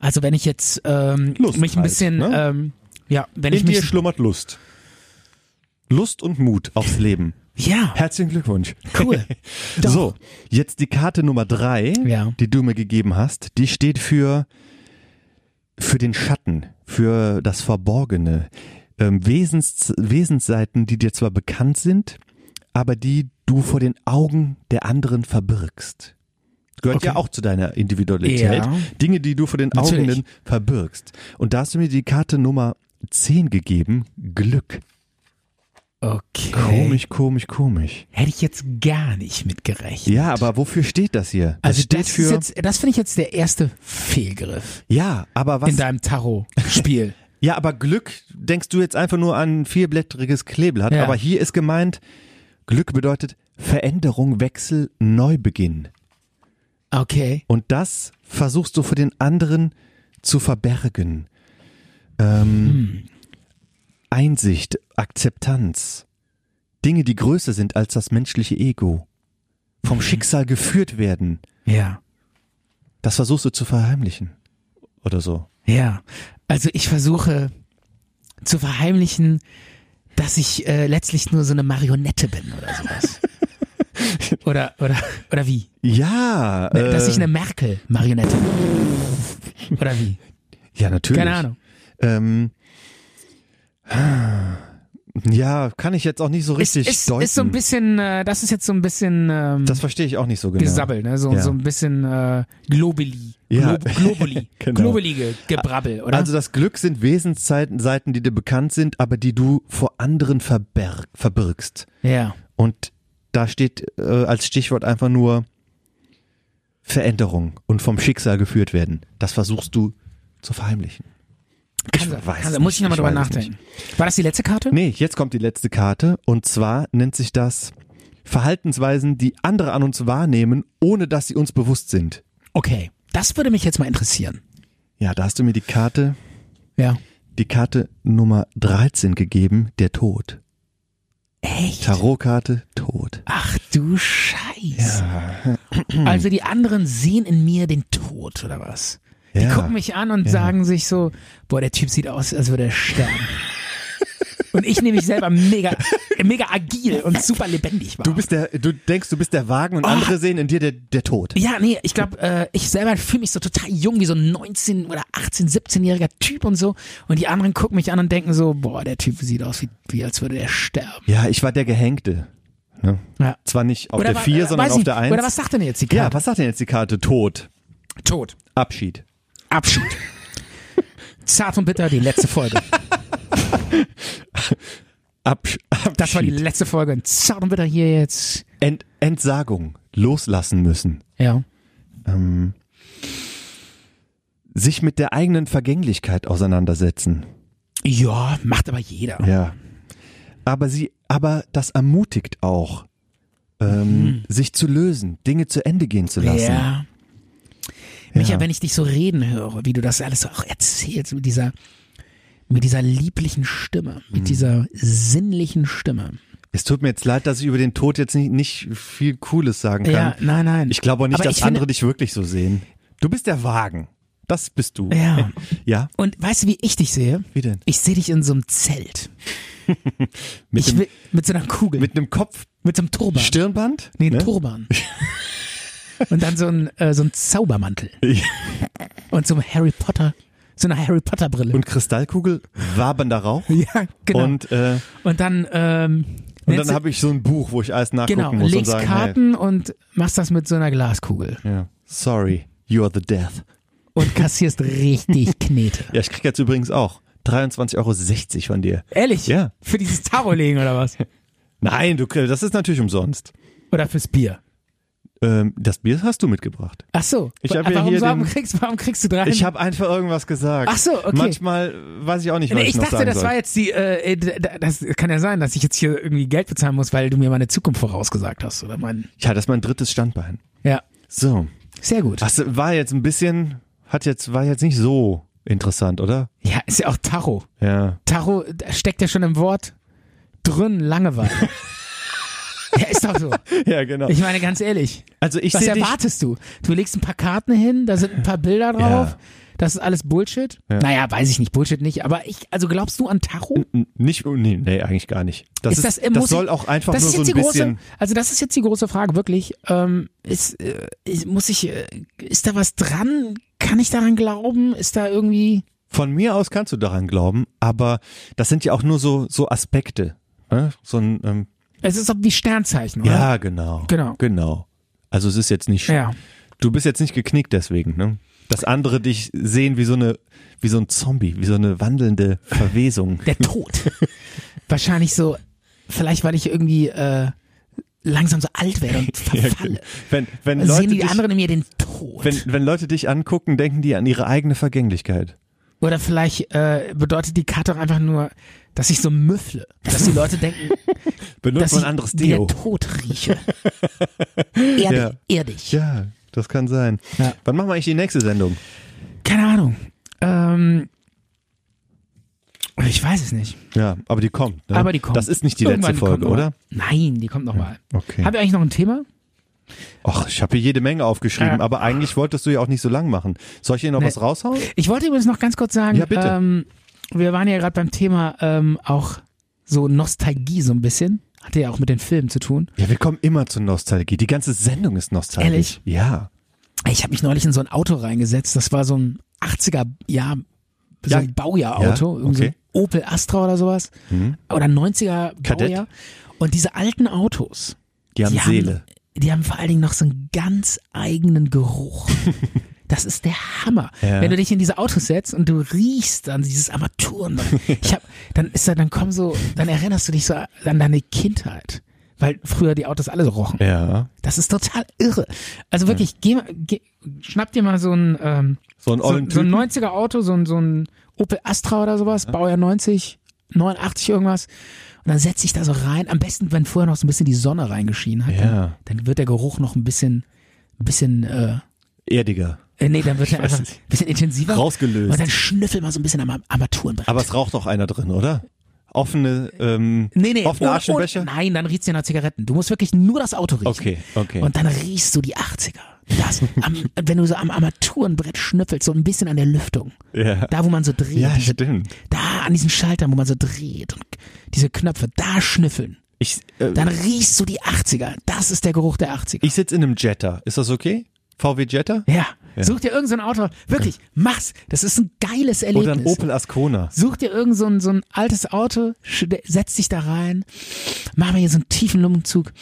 Also wenn ich jetzt ähm,
Lust
mich ein
halt,
bisschen,
ne?
ähm, ja, wenn ich
in dir
mich,
schlummert Lust. Lust und Mut aufs Leben.
ja,
Herzlichen Glückwunsch.
cool. Doch.
So, jetzt die Karte Nummer drei,
Ja.
die du mir gegeben hast, die steht für, für den Schatten, für das Verborgene. Ähm, Wesens, Wesensseiten, die dir zwar bekannt sind, aber die du vor den Augen der anderen verbirgst. Gehört ja
Okay.
auch zu deiner Individualität.
Ja.
Dinge, die du vor den Augen
Natürlich.
der- verbirgst. Und da hast du mir die Karte Nummer 10 gegeben, Glück.
Okay.
Komisch, komisch, komisch.
Hätte ich jetzt gar nicht mitgerechnet.
Ja, aber wofür steht das hier? Das
Also
steht
das
für
ist jetzt, das finde ich jetzt der erste Fehlgriff
Ja, aber was?
in deinem Tarot-Spiel.
Ja, aber Glück denkst du jetzt einfach nur an vierblättriges Kleeblatt,
Ja.
aber hier ist gemeint, Glück bedeutet Veränderung, Wechsel, Neubeginn.
Okay.
Und das versuchst du für den anderen zu verbergen. Ähm,
Hm.
Einsicht, Akzeptanz. Dinge, die größer sind als das menschliche Ego.
Hm.
Vom Schicksal geführt werden.
Ja.
Das versuchst du zu verheimlichen. Oder so.
Ja, also ich versuche zu verheimlichen, dass ich äh, letztlich nur so eine Marionette bin oder sowas. oder, oder, oder wie?
Ja.
Ne, Dass
äh,
ich eine Merkel-Marionette bin. Oder wie?
ja, natürlich.
Keine Ahnung.
Ähm, Ja, kann ich jetzt auch nicht so richtig
ist, ist,
deuten.
ist so ein bisschen, äh, das ist jetzt so ein bisschen ähm,
das verstehe ich auch nicht so genau.
Gesabbel, ne? So,
Ja.
so ein bisschen äh, Globeli.
Ja.
Glo Globuli.
Genau.
Globeli ge Gebrabbel, oder?
Also das Glück sind Wesensseiten, Seiten, die dir bekannt sind, aber die du vor anderen verberg, verbirgst.
ja.
Und da steht äh, als Stichwort einfach nur Veränderung und vom Schicksal geführt werden. Das versuchst du zu verheimlichen.
Kann
ich
sein,
weiß
kann sein. Muss
nicht,
ich nochmal
ich
drüber
weiß es
nachdenken. War das die letzte Karte?
Nee, jetzt kommt die letzte Karte und zwar nennt sich das Verhaltensweisen, die andere an uns wahrnehmen, ohne dass sie uns bewusst sind.
Okay. Das würde mich jetzt mal interessieren.
Ja, da hast du mir die Karte,
Ja.
die Karte Nummer 13 gegeben, der Tod.
Echt?
Tarotkarte Tod.
Ach du Scheiße. Also die anderen sehen in mir den Tod, oder was? Die
Ja.
gucken mich an und sagen sich so, boah, der Typ sieht aus, als würde er sterben. und ich nehme mich selber mega, mega agil und super lebendig wahr.
Du bist der, du denkst, du bist der Wagen und andere sehen in dir der, der Tod.
ja, nee, ich glaube, äh, ich selber fühle mich so total jung, wie so ein 19- oder 18-, 17-jähriger Typ und so. Und die anderen gucken mich an und denken so, boah, der Typ sieht aus, wie, wie als würde er sterben.
Ja, ich war der Gehängte. Ne?
Ja.
Zwar nicht auf der
wa- äh,
4, sondern
weiß
auf
nicht,
der 1.
Oder was sagt denn jetzt die
ja,
Karte?
was sagt denn jetzt die Karte? Tod.
Tod.
Abschied.
Abschied. Zart und bitter, die letzte Folge.
Absch Abschied.
Das war die letzte Folge. in Zart und bitter hier jetzt.
Ent Entsagung. Loslassen müssen.
Ja.
Ähm, sich mit der eigenen Vergänglichkeit auseinandersetzen.
Ja, macht aber jeder.
Ja. Aber sie, aber das ermutigt auch, ähm, sich zu lösen, Dinge zu Ende gehen zu lassen.
Mhm. Ja. Micha,
Ja.
wenn ich dich so reden höre, wie du das alles auch erzählst, mit dieser, mit dieser lieblichen Stimme, mit
Mhm.
dieser sinnlichen Stimme.
Es tut mir jetzt leid, dass ich über den Tod jetzt nicht, nicht viel Cooles sagen kann.
Ja, nein, nein.
Ich glaube auch nicht,
Aber
dass
ich finde-
andere dich wirklich so sehen. Du bist der Wagen. Das bist du.
Ja.
Ja.
Und weißt du, wie ich dich sehe?
Wie denn?
Ich sehe dich in so einem Zelt.
Mit,
ich
dem,
will, mit so einer Kugel.
mit einem Kopf
mit so einem Turban.
Stirnband? ne?
Nee, ein Turban. Und dann so ein, äh, so ein Zaubermantel. Und so ein Harry Potter, so eine Harry Potter Brille.
Und Kristallkugel, wabernder Rauch.
ja, genau.
Und,
Und,
äh,
dann, ähm,
und
nennst
dann
du-
habe ich so ein Buch, wo ich alles nachgucken
genau,
muss und
legst
sagen,
Karten und machst das mit so einer Glaskugel.
hey, ja, sorry, you are the death.
Und kassierst richtig Knete.
Ja, ich krieg jetzt übrigens auch 23,60 Euro von dir.
Ehrlich?
Ja.
Für dieses Tarot legen oder was?
Nein, du, krieg- das ist natürlich umsonst.
Oder fürs Bier.
Ähm, das Bier hast du mitgebracht.
Ach so.
Ich hab ja
warum,
hier
warum,
den-
kriegst, warum kriegst du drei?
Ich habe einfach irgendwas gesagt.
Ähm, Ach so, okay.
Manchmal weiß ich auch nicht, was
Nee,
ich,
ich
noch
dachte,
sagen
das
soll.
war jetzt die, äh, d- d- das kann ja sein, dass ich jetzt hier irgendwie Geld bezahlen muss, weil du mir meine Zukunft vorausgesagt hast, oder mein,
ja, das ist mein drittes Standbein.
ja,
So,
sehr gut.
was war jetzt ein bisschen, hat jetzt war jetzt nicht so interessant, oder?
Ja, ist ja auch Tarot.
Ja.
Tarot da steckt ja schon im Wort drin Langeweile. ja, ist doch so.
Ja, genau.
Ich meine, ganz ehrlich,
also ich
was
sehe dich.
erwartest du? Du legst ein paar Karten hin, da sind ein paar Bilder drauf.
Ja.
Das ist alles Bullshit. Naja, weiß ich nicht, Bullshit nicht. Aber ich, also glaubst du an Tarot?
N- Nicht, nee, nee, eigentlich gar nicht. Das,
Ist das-
ist,
muss ich-
das soll auch einfach
Das
nur
ist
so
jetzt
ein
die große,
bisschen.
also das ist jetzt die große Frage, wirklich. Ähm, ist, äh, ist, muss ich, äh, ist da was dran? Kann ich daran glauben? Ist da irgendwie,
Von mir aus kannst du daran glauben, aber das sind ja auch nur so, so Aspekte. ne? So ein, ähm,
es ist doch wie Sternzeichen, oder?
ja, genau.
Genau.
Genau. Also es ist jetzt nicht,
Ja.
du bist jetzt nicht geknickt deswegen, ne? Dass andere dich sehen wie so eine, wie so ein Zombie, wie so eine wandelnde Verwesung.
Der Tod. Wahrscheinlich so, vielleicht weil ich irgendwie äh, langsam so alt werde und verfalle. Also
Wenn, wenn Leute
Sehen die
dich,
anderen in mir den Tod.
wenn, wenn Leute dich angucken, denken die an ihre eigene Vergänglichkeit.
Oder vielleicht äh, bedeutet die Karte auch einfach nur, dass ich so müffle. Dass die Leute denken,
Benutzt
dass
mal
ich
ein anderes
wie der
Deo.
Tod rieche. Erdig,
Ja.
erdig.
Ja, das kann sein.
Ja.
Wann machen wir eigentlich die nächste Sendung?
Keine Ahnung. Ähm, ich weiß es nicht.
Ja, aber die kommt. Ne?
Aber die kommt.
Das ist nicht die letzte
Irgendwann
Folge,
kommt noch
oder?
mal. Nein, die kommt nochmal.
Okay.
Habt ihr eigentlich noch ein Thema?
Ach, ich habe hier jede Menge aufgeschrieben,
Ja.
aber eigentlich wolltest du ja auch nicht so lang machen. Soll ich hier noch
Nee.
was raushauen?
Ich wollte übrigens noch ganz kurz sagen,
Ja, bitte.
Ähm, wir waren ja gerade beim Thema ähm, auch so Nostalgie so ein bisschen. Hatte ja auch mit den Filmen zu tun.
Ja, wir kommen immer zur Nostalgie. Die ganze Sendung ist nostalgisch.
Ehrlich?
Ja.
Ich habe mich neulich in so ein Auto reingesetzt. Das war so ein 80er Jahr, so
Ja.
ein Baujahr-Auto.
Ja,
irgendwie so
okay. Mhm.
Opel Astra oder sowas. Oder 90er
Kadett.
Baujahr. Und diese alten Autos,
Die haben Seele.
die haben vor allen Dingen noch so einen ganz eigenen Geruch. Das ist der Hammer.
Ja.
Wenn du dich in diese Autos setzt und du riechst an dieses Armaturenbrett, ich hab, dann ist da, dann kommen so, dann erinnerst du dich so an deine Kindheit, weil früher die Autos alle so rochen.
Ja.
Das ist total irre. Also wirklich, geh, mal- geh, schnapp dir mal so ein, ähm,
So ein
so,
ollen
so ein
Typen.
90er Auto, so ein, so ein Opel Astra oder sowas, Baujahr 90, 89 irgendwas. Und dann setze ich da so rein. Am besten, wenn vorher noch so ein bisschen die Sonne reingeschienen hat,
Ja.
dann, dann wird der Geruch noch ein bisschen, ein bisschen, äh,
Erdiger.
äh, nee, dann wird er
weiß
einfach
nicht.
ein bisschen intensiver.
Rausgelöst.
Und dann schnüffel mal so ein bisschen am Armaturenbrett.
Aber es raucht auch einer drin, oder? Offene, ähm,
Nee, nee. Oh,
offene
und-
Aschenbecher?
und- Nein, dann riecht's dir nach Zigaretten. Du musst wirklich nur das Auto riechen.
Okay, okay.
Und dann riechst du die 80er. Das, am, wenn du so am Armaturenbrett schnüffelst, so ein bisschen an der Lüftung.
Ja.
oh, Da, wo man so dreht.
Ja,
diese,
stimmt.
Da, an diesen Schaltern, wo man so dreht. Und diese Knöpfe, da schnüffeln.
Ich, äh,
Dann riechst du die 80er. Das ist der Geruch der 80er.
ich sitze in einem Jetta. Ist das okay? VW Jetta?
ja. Such dir irgendein so ein Auto. Wirklich, mach's. Das ist ein geiles Erlebnis.
Oder ein Opel Ascona?
Such dir irgend so ein, so ein altes Auto, sch- setz dich da rein, mach mir hier so einen tiefen Lummenzug.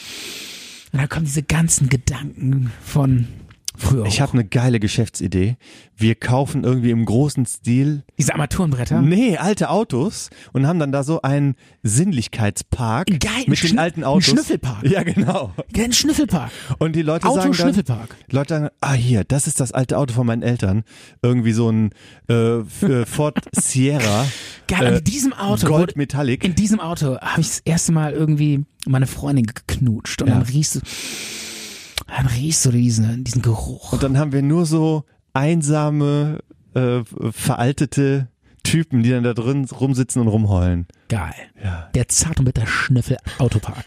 Und dann kommen diese ganzen Gedanken von früher.
Ich habe eine geile Geschäftsidee. Wir kaufen irgendwie im großen Stil,
diese Armaturenbretter.
nee, alte Autos und haben dann da so einen Sinnlichkeitspark
Einen geilen
mit den
Schn-
alten Autos.
einen Schnüffelpark.
Ja, genau.
Den Schnüffelpark.
Und die Leute sagen dann,
Autoschnüffelpark.
Leute sagen, ah hier, das ist das alte Auto von meinen Eltern. Irgendwie so ein äh, f- äh, Ford Sierra.
Geil,
äh,
an diesem Auto.
Gold
wurde-
Metallic.
In diesem Auto habe ich das erste Mal irgendwie meine Freundin geknutscht und
Ja.
dann riechst du, dann riechst du diesen, diesen Geruch.
Und dann haben wir nur so einsame, äh, veraltete Typen, die dann da drin rumsitzen und rumheulen.
Geil. Der zart und bitter Schnüffel Autopark.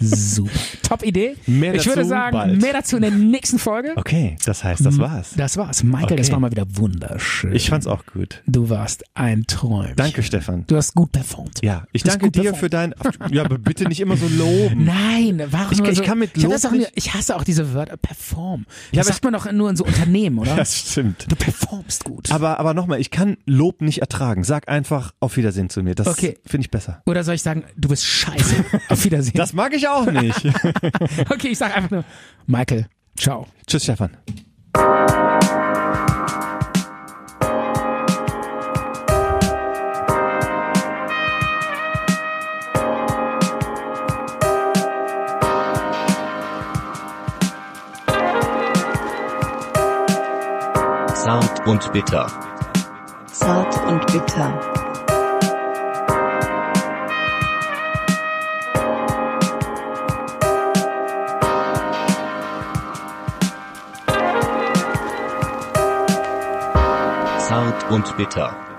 Super. Top Idee.
Mehr
ich
dazu
würde sagen,
bald.
mehr dazu in der nächsten Folge.
Okay, das heißt, das war's.
Das war's. Michael, das
Okay.
war mal wieder wunderschön.
Ich fand's auch gut.
du warst ein Träum.
Danke, Stefan.
Du hast gut performt.
Ja, ich
Du hast
danke
gut
dir
performt.
für dein. Ja, aber bitte nicht immer so loben.
Nein, warum
Ich-
nur
ich
so,
kann mit
ich, hab
Lob
das auch nie,
nicht-
ich hasse auch diese Wörter perform.
Ja,
das
aber
sagt man doch nur in so Unternehmen, oder?
Das stimmt.
Du performst gut.
Aber, aber nochmal, ich kann Lob nicht ertragen. Sag einfach auf Wiedersehen zu mir. Das
Okay.
finde ich besser.
oder soll ich sagen, du bist scheiße. Auf Wiedersehen.
Das mag ich auch nicht.
okay, ich sag einfach nur Michael, ciao.
Tschüss, Stefan.
Zart und bitter.
Zart und bitter.
Zart und bitter.